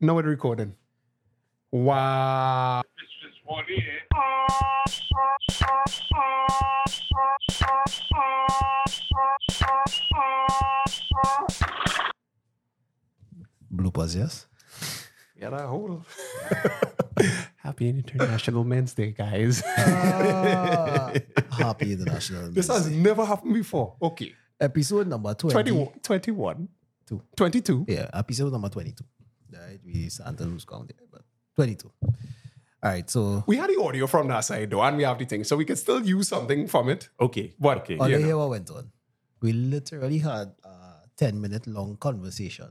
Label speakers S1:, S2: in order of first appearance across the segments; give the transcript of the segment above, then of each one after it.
S1: No, it's er recording. Wow.
S2: This is what it is.
S3: Bloopers, yes?
S1: Got a hold. Happy International Men's Day, guys.
S3: Happy International
S1: this has
S3: Men's Day.
S1: er never happened before. Okay.
S3: Episode number 20.
S1: 21. 21.
S3: Two.
S1: 22.
S3: Yeah, episode number 22. Right, we Santa lose count there, but 22. All right, so
S1: We had the audio from that side, though, and we have the thing, so we can still use something from it.
S4: Okay.
S1: But,
S4: Okay.
S3: on
S1: you
S3: the
S1: know,
S3: hear what went on. We literally had a 10 minute long conversation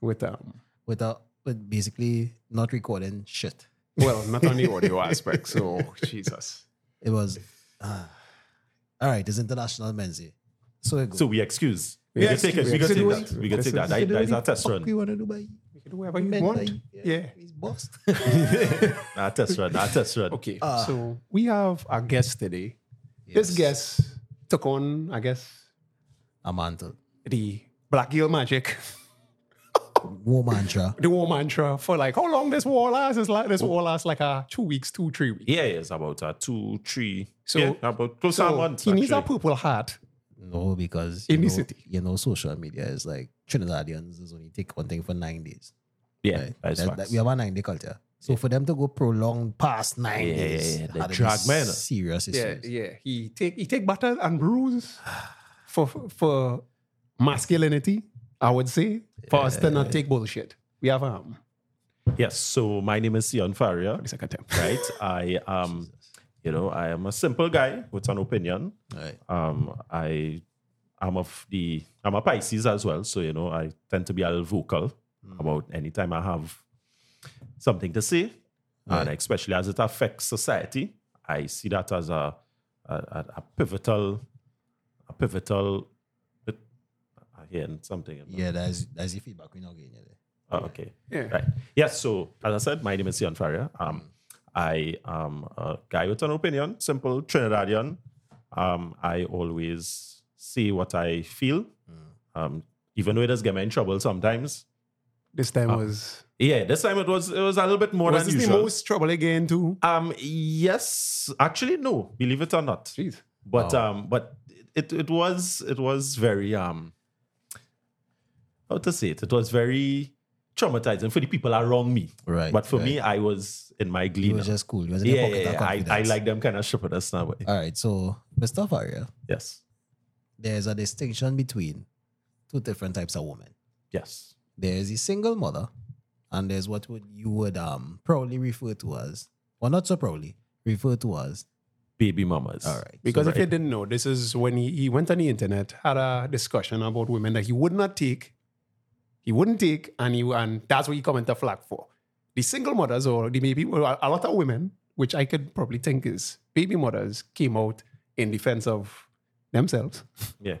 S1: with, um,
S3: without with basically not recording shit.
S1: well, not on the audio aspect. So, Jesus.
S3: It was, uh, all right, it's International Men's Day. So, it goes.
S4: So we excuse. We
S1: Yeah,
S4: can take it.
S1: excuse.
S4: We can
S1: Excuse.
S4: take that. We can take that. That that is a test
S3: Fuck we
S4: run.
S3: want to do by
S1: You can do whatever you want. yeah.
S3: He's bossed.
S4: That test run. That test run.
S1: Okay,
S3: Ah.
S1: so we have our guest today. This guest took on, I guess,
S3: A mantle.
S1: the Black Heel Magic,
S3: War mantra.
S1: the war mantra for like how long this war lasts. It's like this war lasts like uh, two weeks, two, three weeks.
S4: Yeah, it's about uh, two, three.
S1: So-
S4: yeah, about close to a
S1: So
S4: month.
S1: he needs a
S4: actually.
S1: purple heart.
S3: No, because
S1: In
S3: you
S1: the
S3: know,
S1: city.
S3: you know, social media is like Trinidadians is only take one thing for nine days.
S4: Yeah,
S3: right?
S4: that's
S3: That- that- we have a nine day culture. So for them to go prolonged past nine
S4: Yeah, yeah,
S3: days,
S4: yeah, they
S3: had to be
S4: drag men.
S3: Serious issues.
S1: yeah. He take he take batters and bruise for for masculinity. I would say for us to not take bullshit. We have um
S4: Yes. So my name is Ian Faria.
S1: the second time.
S4: Right. I um, you know, I am a simple guy with an opinion.
S3: Right.
S4: Um, I am of the I'm a Pisces as well, so you know I tend to be a little vocal about anytime I have something to say, and especially as it affects society, I see that as a a, a, a pivotal a pivotal. But I hear something.
S3: Yeah, that's that's the feedback we're not getting yet.
S4: Oh, okay.
S1: Yeah.
S4: Right. Yes. So, as I said, my name is Ian Faria. Um, I am a guy with an opinion, simple Trinidadian. Um, I always say what I feel,
S1: Hmm.
S4: um, even though it does get me in trouble sometimes.
S1: This time was
S4: Yeah, this time it was it was a little bit Ah. more
S1: was
S4: than
S1: this the
S4: usual.
S1: most trouble again too.
S4: um, yes, actually, no. Believe it or not,
S1: Jeez.
S4: but
S1: Oh.
S3: Wow.
S4: um, but it it was it was very um, how to say it? It was very traumatizing for the people around me.
S3: Right.
S4: But for
S3: right.
S4: me, I was in my
S3: it
S4: glee.
S3: was
S4: now.
S3: just cool. It was in
S4: Yeah,
S3: your pocket
S4: yeah,
S3: of
S4: yeah. I, I
S3: confidence.
S4: like them kind of shipping us now.
S3: All right, so Mr. Faria,
S4: Yes.
S3: there's a distinction between two different types of women.
S4: Yes.
S3: there's a single mother, and there's what would you would um probably refer to as, or not so probably refer to as.
S4: Baby mamas.
S3: All right,
S1: Because if
S4: Right.
S1: you didn't know, this is when he, he went on the internet, had a discussion about women that he would not take, he wouldn't take, and he and that's what he commented flag for. The single mothers or the maybe well, a lot of women, which I could probably think is baby mothers, came out in defense of themselves,
S4: Yeah.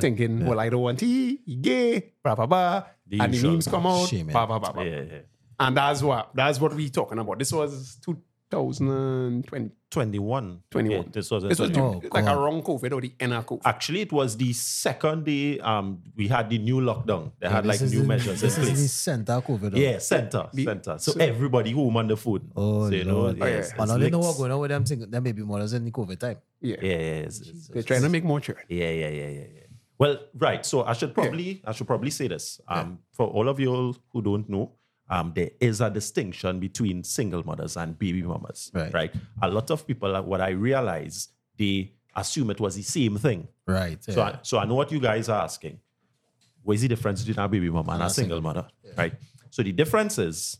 S1: thinking, "Well, I don't want he, he gay, blah blah blah,"
S4: The
S1: and the
S4: usual eh?
S1: memes come out,
S3: shaming.
S1: blah blah blah, blah.
S4: Yeah. yeah.
S1: and that's what that's what we talking about. This was 2020.
S4: 21.
S1: 21.
S4: Yeah, this was,
S1: This was
S3: Oh,
S1: during- like
S3: God.
S1: around COVID or the inner COVID.
S4: Actually, it was the second day um, we had the new lockdown. They had
S3: This
S4: like
S3: is
S4: new
S3: the-
S4: measures in
S3: This is the
S4: place.
S3: center COVID. though.
S4: Yeah, center, center. So,
S1: so-
S4: everybody home on the phone.
S3: Oh,
S4: so, you know,
S3: Lord.
S4: yeah, it's-
S3: But
S4: it's
S3: I don't know
S4: licks.
S3: what's going on with them single, them baby mothers in the COVID time.
S1: yeah.
S4: Yeah, yeah, yeah, it's- it's-
S1: They're trying to make more children.
S4: Yeah, yeah, yeah, yeah, yeah. Well, right. So I should probably I should probably say this. Um, for all of you all who don't know, um, there is a distinction between single mothers and baby mamas.
S3: Right.
S4: A lot of people, uh, what I realize, they assume it was the same thing.
S3: Right.
S4: So,
S3: yeah.
S4: I, so I know what you guys are asking. What is the difference between a baby mama and a single mother? Right. So the difference is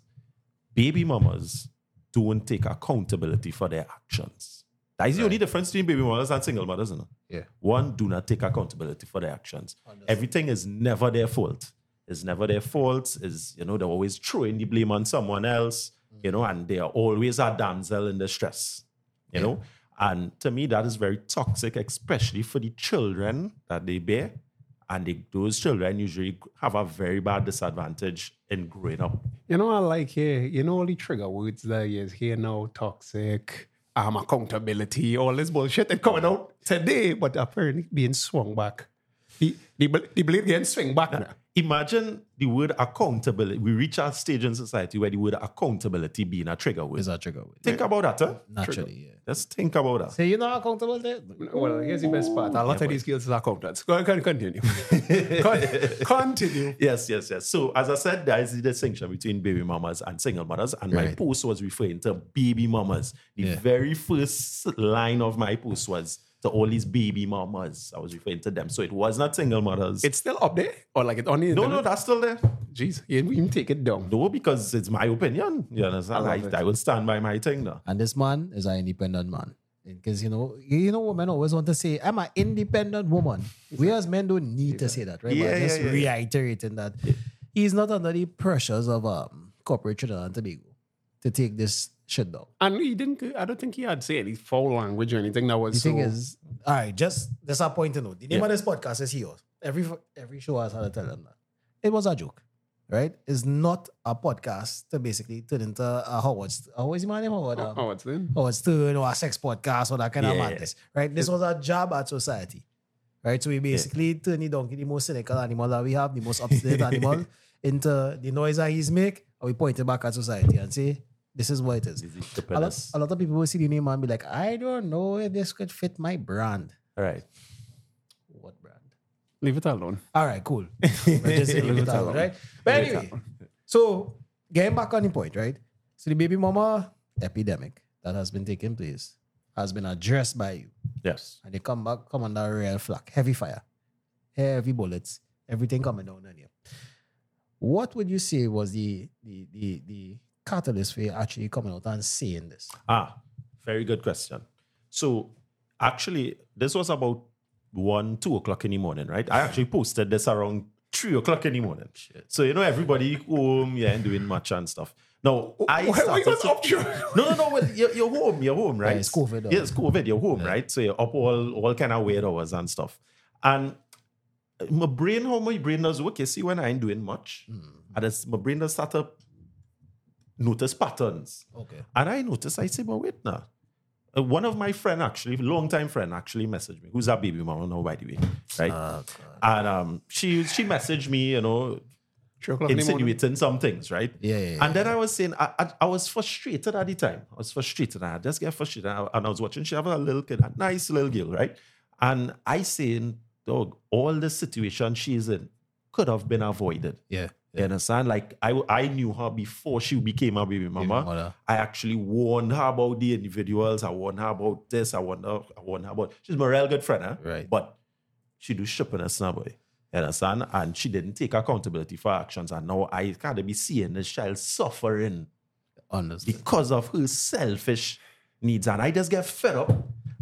S4: baby mamas don't take accountability for their actions. That is the only difference between baby mamas and single mothers, isn't it?
S3: yeah.
S4: One, do not take accountability for their actions.
S3: Understood.
S4: Everything is never their fault. It's never their fault. Is you know they're always throwing the blame on someone else.
S3: Mm.
S4: You know, and they are always a damsel in distress. You know, and to me that is very toxic, especially for the children that they bear, and they, those children usually have a very bad disadvantage in growing up.
S1: You know, I like here, you know, all the trigger words that is here now, toxic, um, accountability, all this bullshit that coming out today, but apparently being swung back. The, the, bl- the blade getting swung back now.
S4: Imagine the word accountability. We reach a stage in society where the word accountability being a trigger word.
S3: Is that trigger word?
S4: Think about that, huh?
S3: Naturally, yeah.
S4: Let's think about that.
S3: Say you're not accountable there?
S1: Well, here's the best part. A lot
S4: Yeah,
S1: of these girls are accountants. Go ahead, continue. Con- continue.
S4: Yes, yes, yes. So, as I said, there is the distinction between baby mamas and single mothers. And my
S3: Right.
S4: post was referring to baby mamas. The
S3: Yeah.
S4: very first line of my post was to all these baby mamas. I was referring to them. So, it was not single mothers.
S1: It's still up there, or like it on the
S4: no,
S1: internet.
S4: no, that's still there.
S1: Jeez, you didn't even take it down.
S4: No, because it's my opinion. You understand?
S1: I love it.
S4: I, I will stand by my thing now.
S3: And this man is an independent man. Because you know, you know, women always want to say, "I'm an independent woman." We as men don't need to say that, right?
S4: Yeah,
S3: but
S4: yeah,
S3: just
S4: yeah, yeah.
S3: reiterating that he's not under the pressures of um corporate Trinidad and Tobago to take this shit down.
S1: And he didn't. I don't think he had said any foul language or anything that was.
S3: The
S1: so,
S3: thing is, all right, just that's our point to note. The name
S4: Yeah.
S3: of this podcast is Heroes. Every every show has had to tell them that. It was a joke, right? It's not a podcast to basically turn into a Howard's. How is the man name? Howard.
S1: oh,
S3: um,
S1: oh, it's then.
S3: or it's third or a sex podcast or that kind of
S4: Yeah, yeah.
S3: madness, right? This was our job at society, right? So we basically turn the donkey, the most cynical animal that we have, the most obstinate animal, into the noise that he's make, and we point it back at society and say, this is what it is.
S4: This is the
S3: A lot,
S4: premise.
S3: a lot of people will see the name and be like, I don't know if this could fit my brand.
S4: All right.
S3: What brand?
S1: Leave it alone.
S3: All right, cool. We're just leave it alone, right? But
S1: Leave it
S3: anyway, so getting back on the point, right? So the baby mama epidemic that has been taking place has been addressed by you,
S4: Yes.
S3: and they come back, come under real flak, heavy fire, heavy bullets, everything coming down on you. What would you say was the the the the catalyst for you actually coming out and saying this?
S4: Ah, very good question. So, actually, this was about one, two o'clock in the morning, right? I actually posted this around three o'clock in the morning. So you know everybody home, yeah, and doing much and stuff. Now I
S1: Why- why
S4: started
S1: you was
S4: to-
S1: up during-
S4: no, no, no. Well, you're, you're home. You're home, right?
S3: it's COVID, though.
S4: Yeah, it's COVID. You're home, right? So you're up all all kind of weird hours and stuff. And uh, my brain, how my brain does work. You see, when I ain't doing much, and it's, my brain does start up notice patterns.
S3: Okay.
S4: And I noticed, I said, but wait now. Uh, one of my friend actually, longtime friend actually messaged me, who's a baby mama now, by the way, right?
S3: Ah.
S4: and um, she she messaged me, you know,
S1: Three o'clock in the morning.
S4: insinuating some things, right?
S3: Yeah, yeah,
S4: And then I was saying, I, I, I was frustrated at the time. I was frustrated. I just get frustrated. And I, and I was watching, she have a little kid, a nice little girl, right? And I saying, dog, all the situation she's in could have been avoided.
S3: Yeah.
S4: You understand? Like I, I knew her before she became a baby mama.
S3: mother.
S4: I actually warned her about the individuals. I warned her about this. I warned her. I warned her about. She's my real good friend, huh?
S3: Right.
S4: But she do shipping us now, boy. You understand? And she didn't take accountability for her actions. And now I can't be seeing this child suffering
S3: Understood.
S4: because of her selfish needs. And I just get fed up.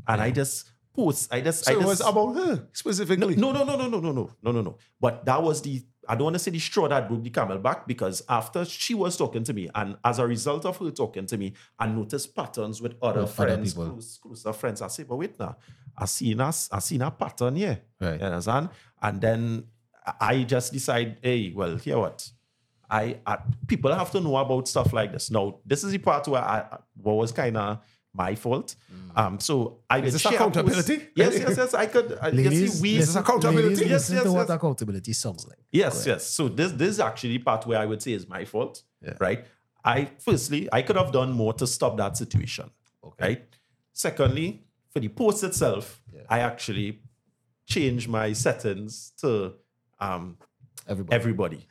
S4: And I just post. I just. I
S1: so it
S4: just,
S1: was about her specifically.
S4: no, no, no, no, no, no, no, no, no, no. But that was the I don't want to say the straw that broke the camel back because after she was talking to me, and as a result of her talking to me, I noticed patterns with other
S3: With other
S4: friends,
S3: people.
S4: close, closer friends. I say, but wait now, I seen us, I seen a pattern here.
S3: Right.
S4: You understand? And then I- I just decide, hey, well, here what? I, I people have to know about stuff like this. Now, this is the part where I what was kind of my fault. Um, so I
S1: Is
S4: did
S1: this
S4: share a post-
S1: accountability?
S4: Yes, yes, yes. I could. I, yes,
S3: Ladies,
S4: we
S3: listen-
S1: accountability.
S3: ladies,
S4: Yes,
S3: listen
S4: yes,
S3: to
S4: yes.
S3: what accountability sounds like.
S4: Yes, yes. So this this is actually part where I would say is my fault,
S3: Yeah.
S4: right? I firstly I could have done more to stop that situation,
S3: Okay.
S4: right? Secondly, for the post itself, I actually changed my settings to um,
S3: Everybody.
S4: everybody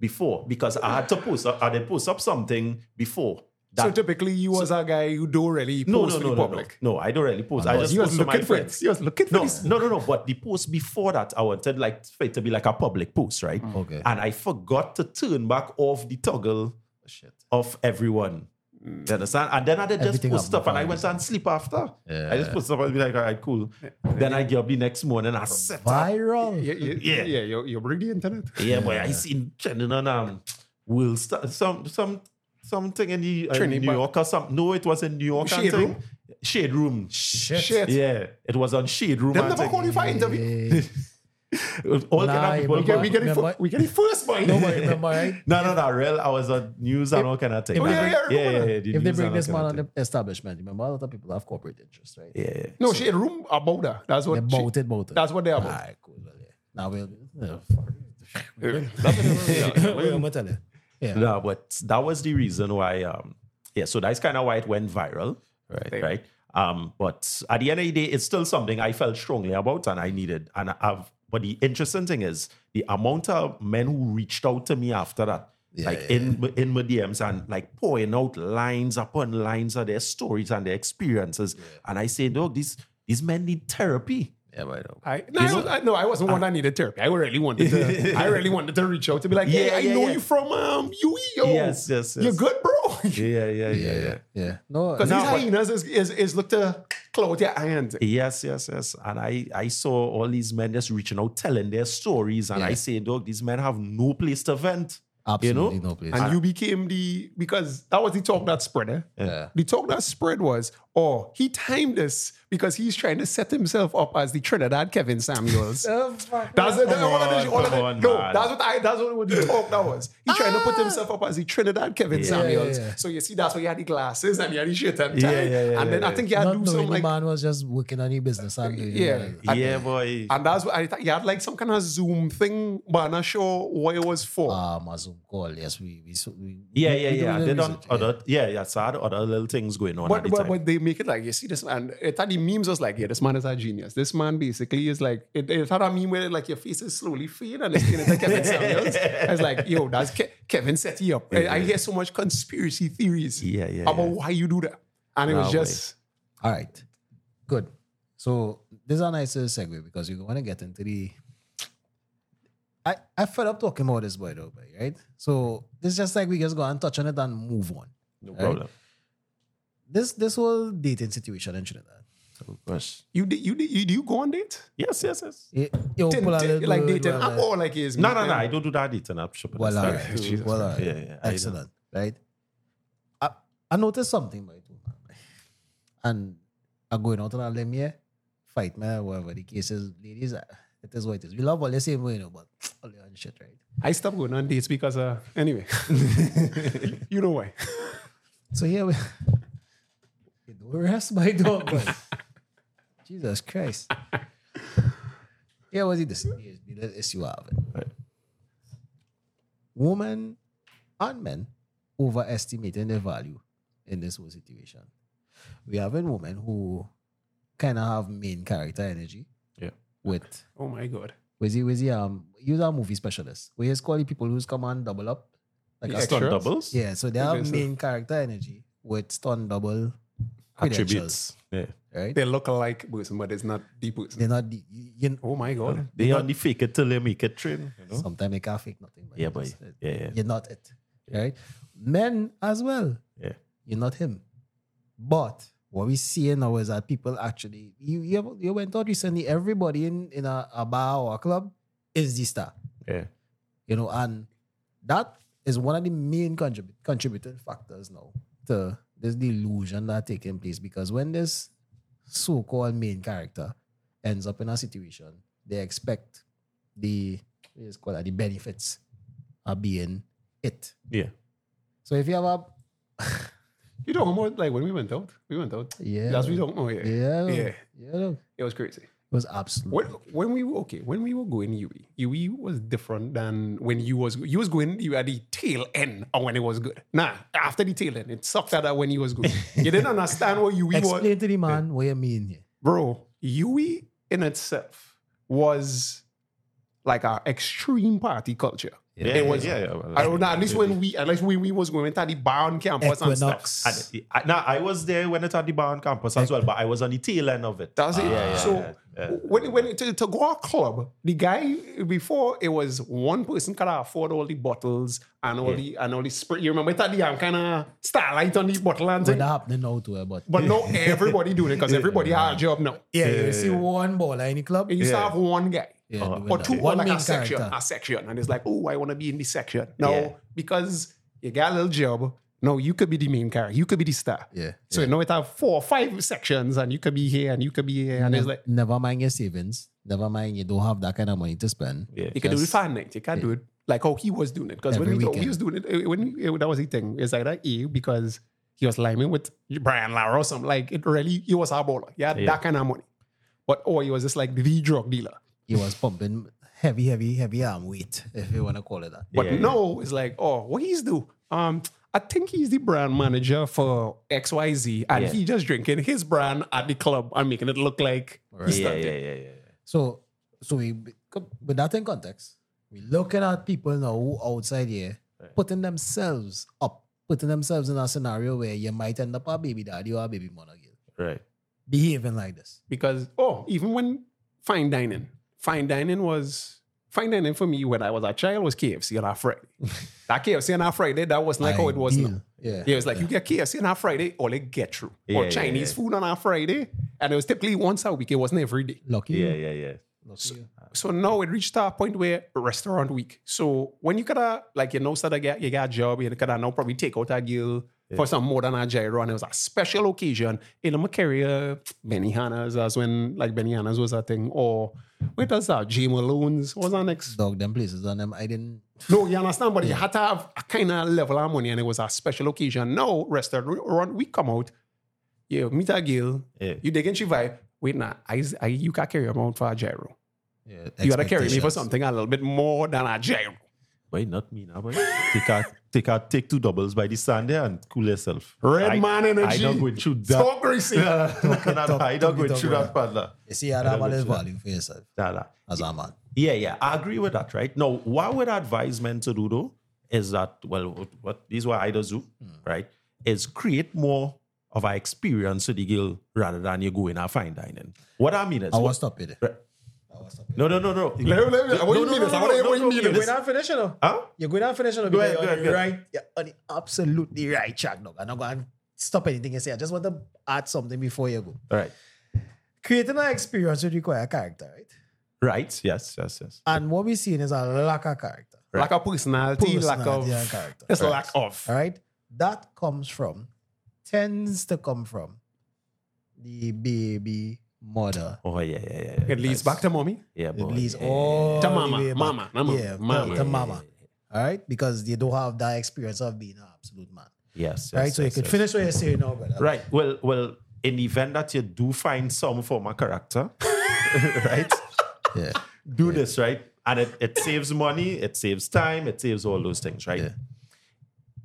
S4: before because I had to post up, I had to post up something before that.
S1: so typically, you was a guy who don't really
S4: no,
S1: post
S4: no,
S1: to
S4: no,
S1: the
S4: no, no,
S1: public.
S4: no. I don't really post. I just
S1: You was
S4: post to my
S1: looking for.
S4: friends.
S1: it. You was looking for.
S4: No,
S1: this.
S4: no, no, no. But the post before that, I wanted like for it to be like a public post, right?
S1: Mm.
S3: Okay.
S4: And I forgot to turn back off the toggle
S3: Shit.
S4: of everyone.
S1: Mm.
S4: You understand? And then I did just
S3: Everything
S4: post
S3: happened
S4: stuff and I
S3: fine.
S4: went and sleep after. I just
S3: Yeah.
S4: post stuff and be like, all right, cool. Then I get up the next morning I set up.
S3: Viral.
S1: Yeah, yeah,
S4: Yeah.
S1: yeah. you, you bring the internet.
S4: Yeah, boy, I seen trending on um, will st- some some something in the uh,
S1: Trending
S4: New
S1: back.
S4: York or something. No, it was in New York. and
S1: Shade
S4: thing.
S1: Room?
S4: Shade room.
S3: Shit.
S1: Shit.
S4: Yeah, it was on shade room.
S1: Them
S4: and
S1: never
S4: thing.
S1: call you for interview.
S4: All kind
S3: Nah,
S4: of
S3: you
S4: people.
S1: We get,
S4: call-
S1: we get it.
S3: Remember-
S1: fir- We get it first, boy.
S3: No, but remember, right?
S4: No, no, no, real. I was on news and all kind of thing.
S3: if- Oh,
S1: yeah, yeah, I
S4: yeah,
S1: remember that.
S4: the
S3: If they
S4: news
S3: bring
S4: and
S3: this
S4: all
S3: man on
S4: kind of
S3: the establishment, remember a lot of people have corporate interests, right?
S4: thing. Yeah, yeah.
S1: No, she had room about her. That's
S3: They're
S1: what. She,
S3: bolted, bolted.
S1: that's what they're about.
S3: All right, cool. Well, yeah. Now we'll. What am I telling you? Yeah.
S4: No, but that was the reason why. Um, yeah, so that's kind of why it went viral,
S1: Right.
S4: right? Right. Um, but at the end of the day, it's still something I felt strongly about, and I needed, and I have. But the interesting thing is the amount of men who reached out to me after that,
S2: Yeah,
S4: like
S2: yeah,
S4: in in my DMs and like pouring out lines upon lines of their stories and their experiences, and I say, no, these these men need therapy.
S2: Yeah, but I know.
S1: I no, I, was, I, no, I wasn't one that needed therapy. I really wanted to. I really wanted to reach out to be like, hey,
S4: Yeah,
S1: I
S4: yeah,
S1: know
S4: yeah.
S1: you from um UE.
S3: Oh,
S1: yo.
S4: Yes, yes, yes.
S1: You're good, bro. Because
S4: Yeah, yeah, yeah, yeah.
S2: Yeah.
S3: No,
S1: these
S4: but-
S1: hyenas is, is is look to close your hands.
S4: Yes, yes, yes. And I, I saw all these men just reaching out, telling their stories. And I
S2: Yeah.
S4: say, dog, these men have no place to vent.
S2: Absolutely
S4: You know?
S2: no place.
S1: And you became the because that was the talk that spread. Eh?
S2: yeah.
S1: The talk that spread was, oh, he timed this because he's trying to set himself up as the Trinidad Kevin Samuels.
S3: Oh, fuck.
S1: That's it. That's
S4: Come
S1: all of the-
S4: on,
S1: all of the-
S4: come on,
S1: no,
S4: man. Ah.
S1: that's what I. That's what the talk that was. He trying to put himself up as the Trinidad Kevin Samuels.
S3: yeah, yeah.
S1: So you see, that's why he had the glasses and he had the shirt and tie.
S4: Yeah, yeah, yeah,
S1: and then
S4: yeah,
S1: I think he had
S3: Not
S1: do
S3: knowing
S1: some
S3: the
S1: like,
S3: man was just working on your business and doing
S1: yeah, and,
S4: yeah, boy.
S1: and that's what I thought he had like some kind of Zoom thing, but I'm not sure what it was for.
S3: Um, as we call, yes, we, we, so we
S4: yeah,
S3: we-
S4: yeah,
S3: we do
S4: yeah.
S3: the
S4: They done
S3: research,
S4: other, yeah, yeah. So I had other little things going on at
S1: but,
S4: the
S1: but,
S4: time.
S1: but they make it like you see this man. It had the memes was like, yeah, this man is a genius. This man basically is like it, it had a meme where like your face is slowly fading and it's getting like Kevin Samuels. It's like, yo, that's Ke- Kevin set you up. I, I hear so much conspiracy theories
S4: Yeah, yeah,
S1: about
S4: yeah.
S1: why you do that. And it was
S4: No way.
S1: just
S3: All right. Good. So this is a nice uh, segue because we want to get into the. I, I fed up talking about this boy though, boy, right? So this just like we just go and touch on it and move on.
S4: no
S3: right?
S4: problem.
S3: This this whole dating situation in Trinidad.
S4: Of course.
S1: you did you did you, do you go on date?
S4: Yes, yes, yes.
S3: It, Eh, yo,
S1: Tin-
S3: pull a
S1: tin-
S3: little
S1: like
S3: word,
S1: dating
S3: well,
S1: app
S3: uh,
S1: or like is
S4: No, no, no. I don't do that. It's an app shop.
S3: Well, all
S4: Sorry.
S3: right.
S4: Jesus
S3: Well, all
S4: Christ.
S3: right.
S4: Yeah, yeah. I know.
S3: Excellent, right? I, I noticed something, by too, man. And I'm going out on a limb here, eh, fight, man, whatever the case is. Ladies, uh, it is what it is. We love all the same way, you know, but all the other shit, right?
S1: I stopped going on dates because uh anyway. you know why.
S3: So here we you don't rest my dog, but Jesus Christ. Yeah, was it this? Here's the issue you have.
S4: Right.
S3: Women and men overestimating their value in this whole situation. We have a woman who kind of have main character energy
S4: Yeah.
S3: with
S1: Oh my god.
S3: was he was he um he's a movie specialist. We just call it people who's come and double up. Like
S1: The
S3: a
S1: extra
S4: Stunt doubles.
S3: yeah, so they
S1: Okay,
S3: have
S1: so-
S3: main character energy with stun double credentials,
S4: Attributes. Yeah.
S3: right?
S1: They look alike person, but it's not the person.
S3: They're not the, you, you know,
S1: Oh my god.
S4: They only fake it till they make it train. You know?
S3: sometimes they can't fake nothing.
S4: Yeah, boy.
S3: it's-
S4: Yeah, yeah.
S3: uh, You're not it, right? Men as well,
S4: Yeah.
S3: you're not him. But what we see now is that people actually, you you, ever- you went out recently, everybody in, in a, a bar or a club is the star,
S4: Yeah.
S3: you know, and that is one of the main contrib- contributing factors now to this delusion that taking place because when this so-called main character ends up in a situation, they expect the what is called the benefits of being it.
S4: Yeah.
S3: So if you have a
S1: You know about like when we went out? We went out.
S3: yeah,
S1: That's what we don't know. Yeah.
S3: yeah, yeah,
S1: Yeah.
S3: look,
S1: It was crazy.
S3: it was absolutely
S1: When, when we were okay, when we were going UE, UE E was different than when you was you was going you at the tail end or when it was good. Nah, after the tail end, it sucked at that when you was good. you didn't understand what UE was,
S3: explain to the man what you mean here.
S1: bro. UE in itself was like our extreme party culture.
S4: Yeah,
S1: It was-
S4: yeah, yeah. Well,
S1: I don't know. At least
S4: yeah.
S1: when we, at least when we was going to the bar on campus and stuff.
S3: Equinox.
S4: And it- I, now I was there when it had the bar on campus as well, but I was on the tail end of it.
S1: That's it.
S4: yeah,
S1: so
S4: yeah, yeah.
S1: when when it- to, to go out club, the guy before it was one person could afford all the bottles and all
S4: Yeah.
S1: the and all the spray. You remember that the kind of starlight on the bottle and
S3: What
S1: thing.
S3: happened now to her, but
S1: But not everybody doing it because everybody had a job now.
S3: yeah, you see one baller in the club.
S1: You used to have one guy.
S3: Yeah, they
S1: Uh, Or
S3: went
S1: two,
S3: out.
S1: or
S3: one
S1: like
S3: main
S1: a section, Ah,
S3: character.
S1: a section, and it's like, oh, I want to be in this section. No,
S4: Yeah.
S1: because you got a little job. No, you could be the main character. You could be the star.
S3: Yeah,
S1: So you know it have four or five sections, and you could be here, and you could be here, and it's
S3: Nev-
S1: like
S3: never mind your savings. Never mind you don't have that kind of money to spend.
S4: Yeah.
S1: You can do it
S3: Just-
S1: fan night. You can't do it like how he was doing it. Because when
S3: Every
S1: we, thought we
S3: weekend.
S1: was doing it, eh, when eh, that was the thing. It's like that E because he was liming with Brian Lara or something. Like it really, he was a baller. He had
S4: Yeah.
S1: oh, that kind of money. But or he was just like the drug dealer.
S3: He was pumping heavy, heavy, heavy arm weight, if you want to call it that.
S1: But
S4: Yeah, yeah.
S1: no, it's like, oh, what he's do? Um, I think he's the brand manager for XYZ, and
S4: Yeah.
S1: he just drinking his brand at the club and making it look like he
S4: yeah,
S1: started.
S4: yeah, yeah, yeah.
S3: So, so we with that in context, we looking at people now who outside here putting themselves up, putting themselves in a scenario where you might end up a baby daddy or a baby mother girl
S4: Right.
S3: behaving like this.
S1: Because oh, even when fine dining, fine dining was fine dining for me when I was a child was KFC on a Friday. that KFC on a Friday, that wasn't like how it was now.
S3: Ideal. Yeah.
S1: Yeah, it was like you get KFC on a Friday or like get through.
S4: Yeah, yeah,
S1: or Chinese
S4: yeah.
S1: food on a Friday. And it was typically once a week. It wasn't every day.
S3: Lucky.
S4: Yeah,
S3: you.
S4: yeah, yeah.
S3: Lucky you.
S1: So now it reached a point where restaurant week. So when you gotta like you know so that you get- you got a job, you gotta now probably take out a girl for some more than a gyro, and it was a special occasion. In my career, Benny Hanna's as when like Benny Hanna's was a thing, or wait does that? Jay Malone's was our next.
S3: Dog them places on them. I didn't.
S1: No, you understand, but you had to have a kind of level of money, and it was a special occasion. Now restaurant week come out, you meet a girl,
S4: Yeah.
S1: you digging she vibe. Wait, nah, I, I you can carry your mount for a gyro.
S3: Yeah,
S1: You gotta carry me for
S3: expectations.
S1: something a little bit more than a gyro.
S4: Why not me now, boy? take, a, take, a, take two doubles by the sand there and cool yourself.
S1: Red
S4: I,
S1: man energy.
S4: I don't go and shoot that.
S1: So greasy.
S4: Talking that- I don't go and shoot that paddler.
S3: You see, I
S4: don't
S3: have all
S4: know
S3: this
S4: if you-
S3: value for yourself
S4: Nah, nah.
S3: as a man.
S4: Yeah, yeah, I agree with that, right? Now, what would advise men to do though is that, well, what, what this is what I do, do,
S1: Hmm.
S4: right? Is create more of an experience to the girl rather than you go in a fine dining. What I mean is,
S3: I will stop it.
S4: Right.
S3: I will stop it.
S4: no, no, no, no.
S1: Let him- let him- I want you to mean this. I want you- I want you to mean
S4: no,
S1: this.
S4: no.
S3: not finishing though.
S4: Huh?
S3: You're going to finish on
S4: Go ahead, go ahead, go ahead.
S3: right. You're on the absolutely right track, dog. I'm not going to stop anything you say. I just want to add something before you go.
S4: All right.
S3: Creating an experience would require character, right?
S4: Right. Yes, yes, yes.
S3: And what we're seeing is a lack of character.
S1: Lack of personality, lack
S3: Personality
S1: of
S3: and character.
S1: It's lack of.
S3: All right. That comes from, tends to come from the baby mother.
S4: Oh, yeah, yeah, yeah. yeah.
S1: It leads
S4: That's-
S1: back to mommy.
S4: Yeah,
S3: It
S4: boy.
S3: leads
S4: yeah, yeah,
S3: all
S1: To
S3: the
S1: mama,
S3: way back.
S1: mama, mama,
S3: yeah,
S1: mama.
S3: To, to mama. All right, because they don't have that experience of being an absolute man.
S4: Yes. yes
S3: All right, so you
S4: yes,
S3: could
S4: yes.
S3: finish what you're saying now, brother.
S4: Right. Well, well, in the event that you do find some form of character, right?
S3: Yeah.
S4: Do this, right? And it, it saves money, it saves time, it saves all those things, right?
S3: Yeah.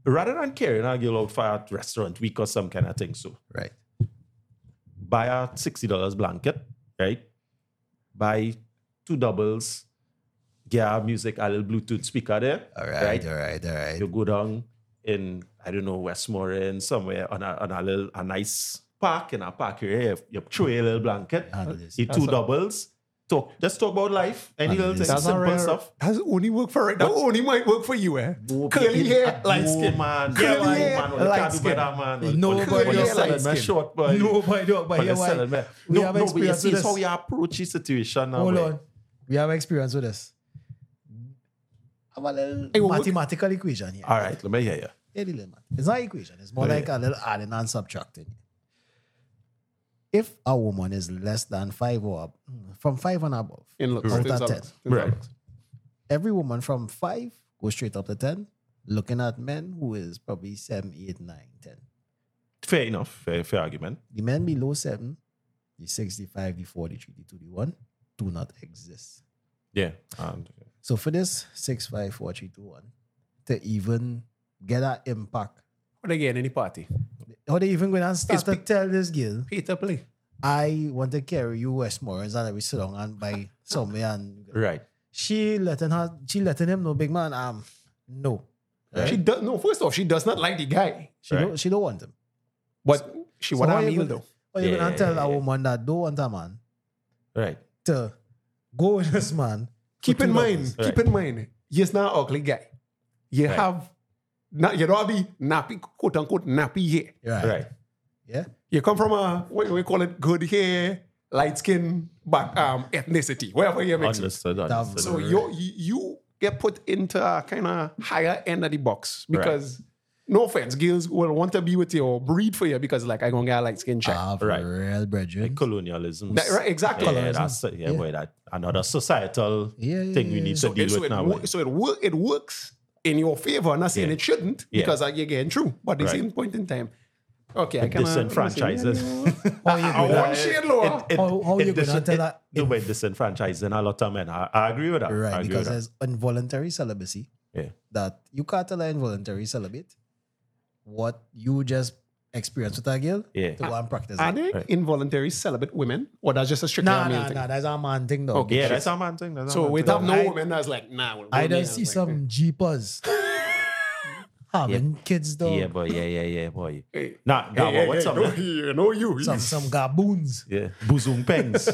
S4: Rather than carrying a girl out for a restaurant week or some kind of thing, so
S3: Right.
S4: buy a $60 blanket, right? Buy two doubles, get our music, a little Bluetooth speaker there,
S3: All right. All right. All right.
S4: you go down in I don't know Westmoreland somewhere on a on a little a nice park in a park area. You, you throw a little blanket,
S3: Handle this.
S4: you two doubles. Talk just talk about life. Any
S3: Handle
S4: little
S3: this.
S4: thing, simple stuff.
S1: That's only work for it. That only might work for you, eh? Curly hair, light skin.
S4: man.
S1: Curly
S4: Yeah, man,
S1: hair,
S4: man, well, you
S1: light
S4: can't do
S1: skin.
S4: better, man. Well,
S3: No,
S4: well,
S3: but
S4: well,
S1: you're
S4: you're
S1: light
S4: selling my
S1: skin.
S4: short, boy.
S3: No, but no, but
S4: Well,
S3: yeah,
S4: you're
S3: why?
S4: selling, man.
S3: We
S4: No,
S3: have
S4: no, but you
S3: experience
S4: see,
S3: with
S4: it's how
S3: this.
S4: we approach the situation now.
S3: Hold
S4: boy.
S3: on. We have experience with this. Have a little
S1: Hey, what-
S3: mathematical equation here.
S4: All right, let me hear you.
S3: Yeah, the little math. It's not equation. It's more
S4: Oh,
S3: like a little adding and subtracting. If a woman is less than five or ab- from five and above,
S1: In looks.
S3: Right.
S1: in
S3: Out of
S1: dollars, in
S4: Right.
S1: dollars.
S3: every woman from five goes straight up to ten. Looking at men who is probably seven, eight, nine, ten.
S4: Fair enough. Fair, fair argument.
S3: The men below seven, the sixty-five, the forty-three, the two-one, do not exist.
S4: Yeah. And,
S3: So for this six, five, four, three, two, one, to even get that impact,
S1: But again, any party.
S3: how they even going and start
S1: It's
S3: to
S1: big-
S3: tell this girl.
S1: Peter play.
S3: I want to carry you Westmorelands and we sit down and buy somewhere and
S4: right.
S3: she letting her she letting him know big man um no
S1: She does no, first off, she does not like the guy.
S3: she
S4: Right.
S3: don't she don't want him
S1: But she
S3: So
S1: want
S3: how
S1: a meal
S3: you gonna-
S1: though.
S3: or you're
S4: Yeah,
S3: gonna tell
S4: yeah,
S3: a
S4: yeah.
S3: woman that don't want a man
S4: Right.
S3: to go with this man for
S1: keep in
S3: two
S1: mind,
S3: dollars?
S4: Right.
S1: keep in mind, he's not an ugly guy. You
S4: Right.
S1: have not you don't have the nappy quote unquote nappy hair.
S3: right
S4: Right.
S3: yeah
S1: You come from a what we call it good hair, light skin, but um ethnicity, wherever you mix. it.
S4: Understood. understood.
S1: So you you you get put into a kind of higher end of the box
S4: Right.
S1: because no offense, girls will want to be with you or breed for you because like I gonna get a light skin check.
S3: I have
S4: Right.
S3: real brethren
S4: colonialism.
S1: That- right, exactly.
S4: Yeah, yeah, that's, yeah,
S3: Yeah.
S4: boy, that another societal
S3: Yeah, yeah,
S4: thing we
S3: yeah,
S4: need
S1: So
S4: to deal
S1: it, so
S4: with
S1: it,
S4: now.
S1: wo-
S4: boy.
S1: so it, wo- it works in your favor. I'm not saying
S4: Yeah.
S1: it shouldn't
S4: Yeah.
S1: because uh, you're getting true, but at the
S4: Right.
S1: same point in time, Okay, I
S4: It
S1: can
S4: disenfranchises.
S3: How you do
S1: One
S3: that?
S1: shade lower.
S4: It-
S3: How- how
S4: it
S3: you gonna
S4: disen-
S3: tell
S4: it-
S3: that?
S4: The way disenfranchising a lot of men. I, I agree with that. I
S3: Right,
S4: agree with
S3: because
S4: that.
S3: there's involuntary celibacy.
S4: Yeah.
S3: That you can't allow involuntary celibate. What you just experienced with a girl
S4: Yeah.
S3: to go and practice.
S1: Are
S3: it.
S1: they
S4: Right.
S1: involuntary celibate women, or that's just a strictly
S3: Nah,
S1: a male
S3: nah,
S1: thing?
S3: nah. That's a man thing, though.
S1: Okay.
S4: Yeah, that's a man thing. that's a
S1: So
S4: man
S1: we
S4: thing.
S1: have no
S3: I-
S1: woman that's like, nah. We'll
S3: I
S1: do
S3: done
S1: me.
S3: see
S1: like,
S3: some jeepers having kids, though.
S4: Yeah, boy. Yeah, yeah, yeah, boy.
S1: Hey,
S4: Nah, nah,
S1: hey, hey,
S4: but what's
S1: hey,
S4: up?
S1: no,
S4: man?
S1: you, no, you.
S3: Some some gaboons
S4: Yeah, boozum pengs.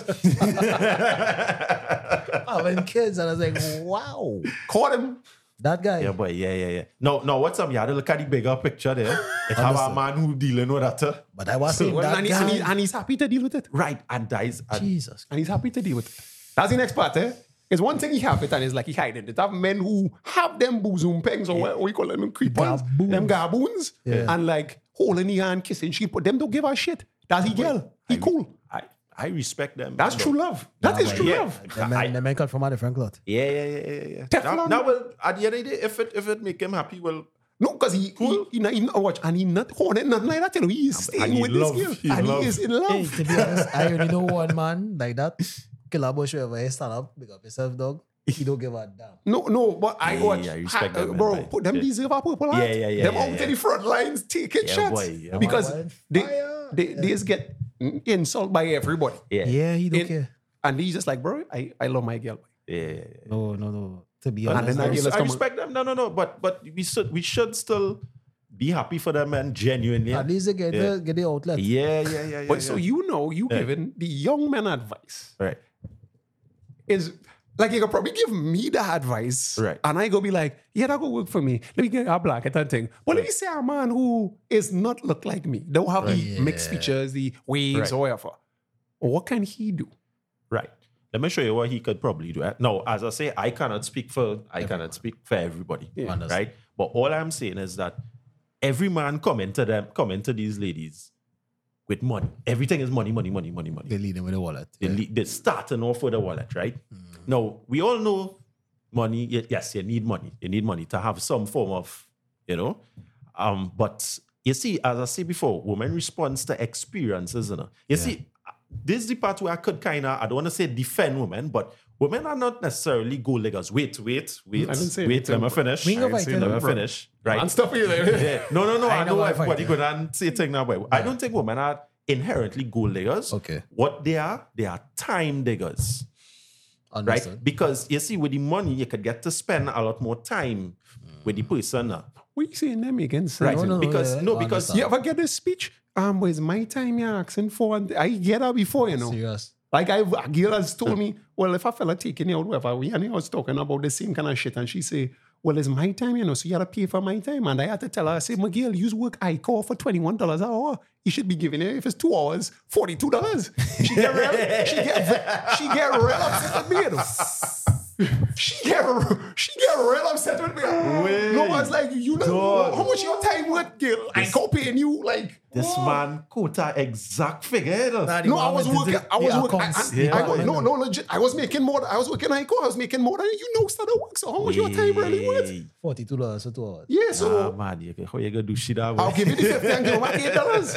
S3: having kids, and I was like, wow,
S1: Call them.
S3: that guy.
S4: yeah, boy. Yeah, yeah, yeah. No, no. What's up? You had to look at the bigger picture there. It's how a
S3: Understood.
S4: man who dealing with that. uh,
S3: But I was saying
S1: Well,
S3: that
S1: and, he-
S3: guy.
S1: and he- and he's happy to deal with it.
S4: Right, and that is and
S3: Jesus,
S1: And he's happy to deal with it. That's the next part, eh? It's one thing he have it and it's like he hiding it. Have men who have them boozum pengs or what we call them creepers,
S3: Gaboons.
S1: them gaboons,
S3: Yeah.
S1: and like holding the hand, kissing shit, but them don't give a shit. That's he girl. He cool.
S4: I, I respect them.
S1: That's
S4: though.
S1: true love. That is
S3: but
S1: true
S4: yeah.
S1: love.
S3: the
S4: I-
S3: man, the man cut from a different cloth.
S4: Yeah, yeah, yeah, yeah, yeah. Now,
S1: Teflon.
S4: now, well, at the end of the day, if it if it make him happy, well,
S1: No, because he, he, he, not- he not watch and he not holding nothing like that. You know, he is
S4: And
S1: staying
S4: he
S1: with
S4: love.
S1: this girl.
S4: He
S1: and
S4: love.
S1: he is in
S3: Hey,
S1: love.
S3: to be honest, I only know one man like that. Killer Bush, wherever he stand up, big up yourself, dog. He don't give a damn.
S1: No, no, but I
S4: Yeah,
S1: watch.
S4: yeah, I
S1: I-
S4: respect that man,
S1: bro,
S4: man.
S1: put them
S4: Yeah.
S1: deserve a purple
S4: Yeah,
S1: heart.
S4: yeah, yeah,
S1: Them
S4: yeah,
S1: out
S4: yeah.
S1: to the front lines taking
S4: Yeah,
S1: shots.
S4: boy, yeah,
S1: because
S3: boy.
S1: they,
S3: Fire.
S1: they, these get insulted by everybody.
S4: yeah, yeah,
S3: Yeah, he don't
S1: It-
S3: care.
S1: And he's just like, bro, I, I love my girl.
S4: yeah. yeah.
S3: No, no, no. To be
S1: And
S3: honest,
S1: then I
S4: I,
S3: I-
S1: give-
S4: res-
S1: let's
S4: I
S1: come on.
S4: respect them. No, no, no. But but we should we should still be happy for them and genuinely.
S3: at least they get
S4: Yeah.
S3: the get the outlet.
S4: Yeah, yeah, yeah, yeah.
S1: But
S4: yeah.
S1: so you know, you
S4: Yeah.
S1: giving the young man advice
S4: right,
S1: is like you could probably give me the advice,
S4: Right.
S1: And I go be like, yeah, that go work for me. Let me get a black and that thing. But let me say a man who is not look like me, don't have the
S3: Right.
S1: mixed
S3: Yeah.
S1: features, the waves
S4: Right.
S1: or whatever. What can he do?
S4: right. Let me show you what he could probably do. Eh? No, as I say, I cannot speak for I cannot speak for everybody.
S3: Understood.
S4: Right. But all I'm saying is that every man commented them commented these ladies with money. Everything is money, money, money, money, money.
S3: They lead him with a wallet.
S4: They
S3: Yeah.
S4: le- they're starting off with a wallet, right?
S1: Hmm.
S4: Now, we all know money, y- yes, you need money. You need money to have some form of, you know. Um, but you see, as I said before, women responds to experiences, you know. You see, this is the part where I could kind of, I don't want to say defend women, but women are not necessarily gold diggers. Wait, wait, wait,
S1: I didn't say
S4: wait, let
S1: anything,
S4: me
S1: bro.
S4: finish.
S3: We ain't gonna
S4: Let
S3: fight
S4: me
S3: them, bro.
S4: finish, right?
S1: And stuff you there.
S4: Yeah. No, no, no.
S3: I
S4: I
S3: know
S4: know
S3: I
S4: everybody
S3: fight
S4: could and say thing that way. I don't think women are inherently gold diggers.
S3: Okay.
S4: What they are, they are time diggers, right?
S3: Understood.
S4: Because you see, with the money, you could get to spend a lot more time with the person. uh,
S1: What you saying them again? son?
S4: Right.
S3: No, no, no,
S4: because
S3: yeah,
S4: no,
S3: I
S4: because
S1: You
S4: yeah,
S3: understand.
S1: ever get this speech? Um, was my time you're asking for? And I get that before, you know.
S3: Serious.
S1: Like I, a girl has told me, well, if a fella taking you out, whatever, we and I was talking about the same kind of shit, and she say, well, it's my time, you know, so you gotta pay for my time. And I had to tell her, I say, Miguel, use work I call for twenty one dollars an hour. You should be giving it if it's two hours, forty two dollars. She get real, she get ve- she get real upset with me, you know. She get re- she get real upset with me. no
S4: Wait,
S1: one's like you know
S4: dog.
S1: how much your time worth, girl. I call paying you like
S4: this man caught an exact figure. you know.
S1: no, I was working. I was working. I,
S3: accounts.
S1: I, I
S4: Yeah.
S1: go, no, no, legit. I was making more. I was working ICO. I was making more than you know. Start work. So how much your time really worth?
S4: Hey,
S3: Forty-two dollars for two hours.
S1: Yeah.
S4: Nah,
S1: So
S4: man, you, how you gonna do shit that way?
S1: I'll give you the fifty and give you back eight dollars.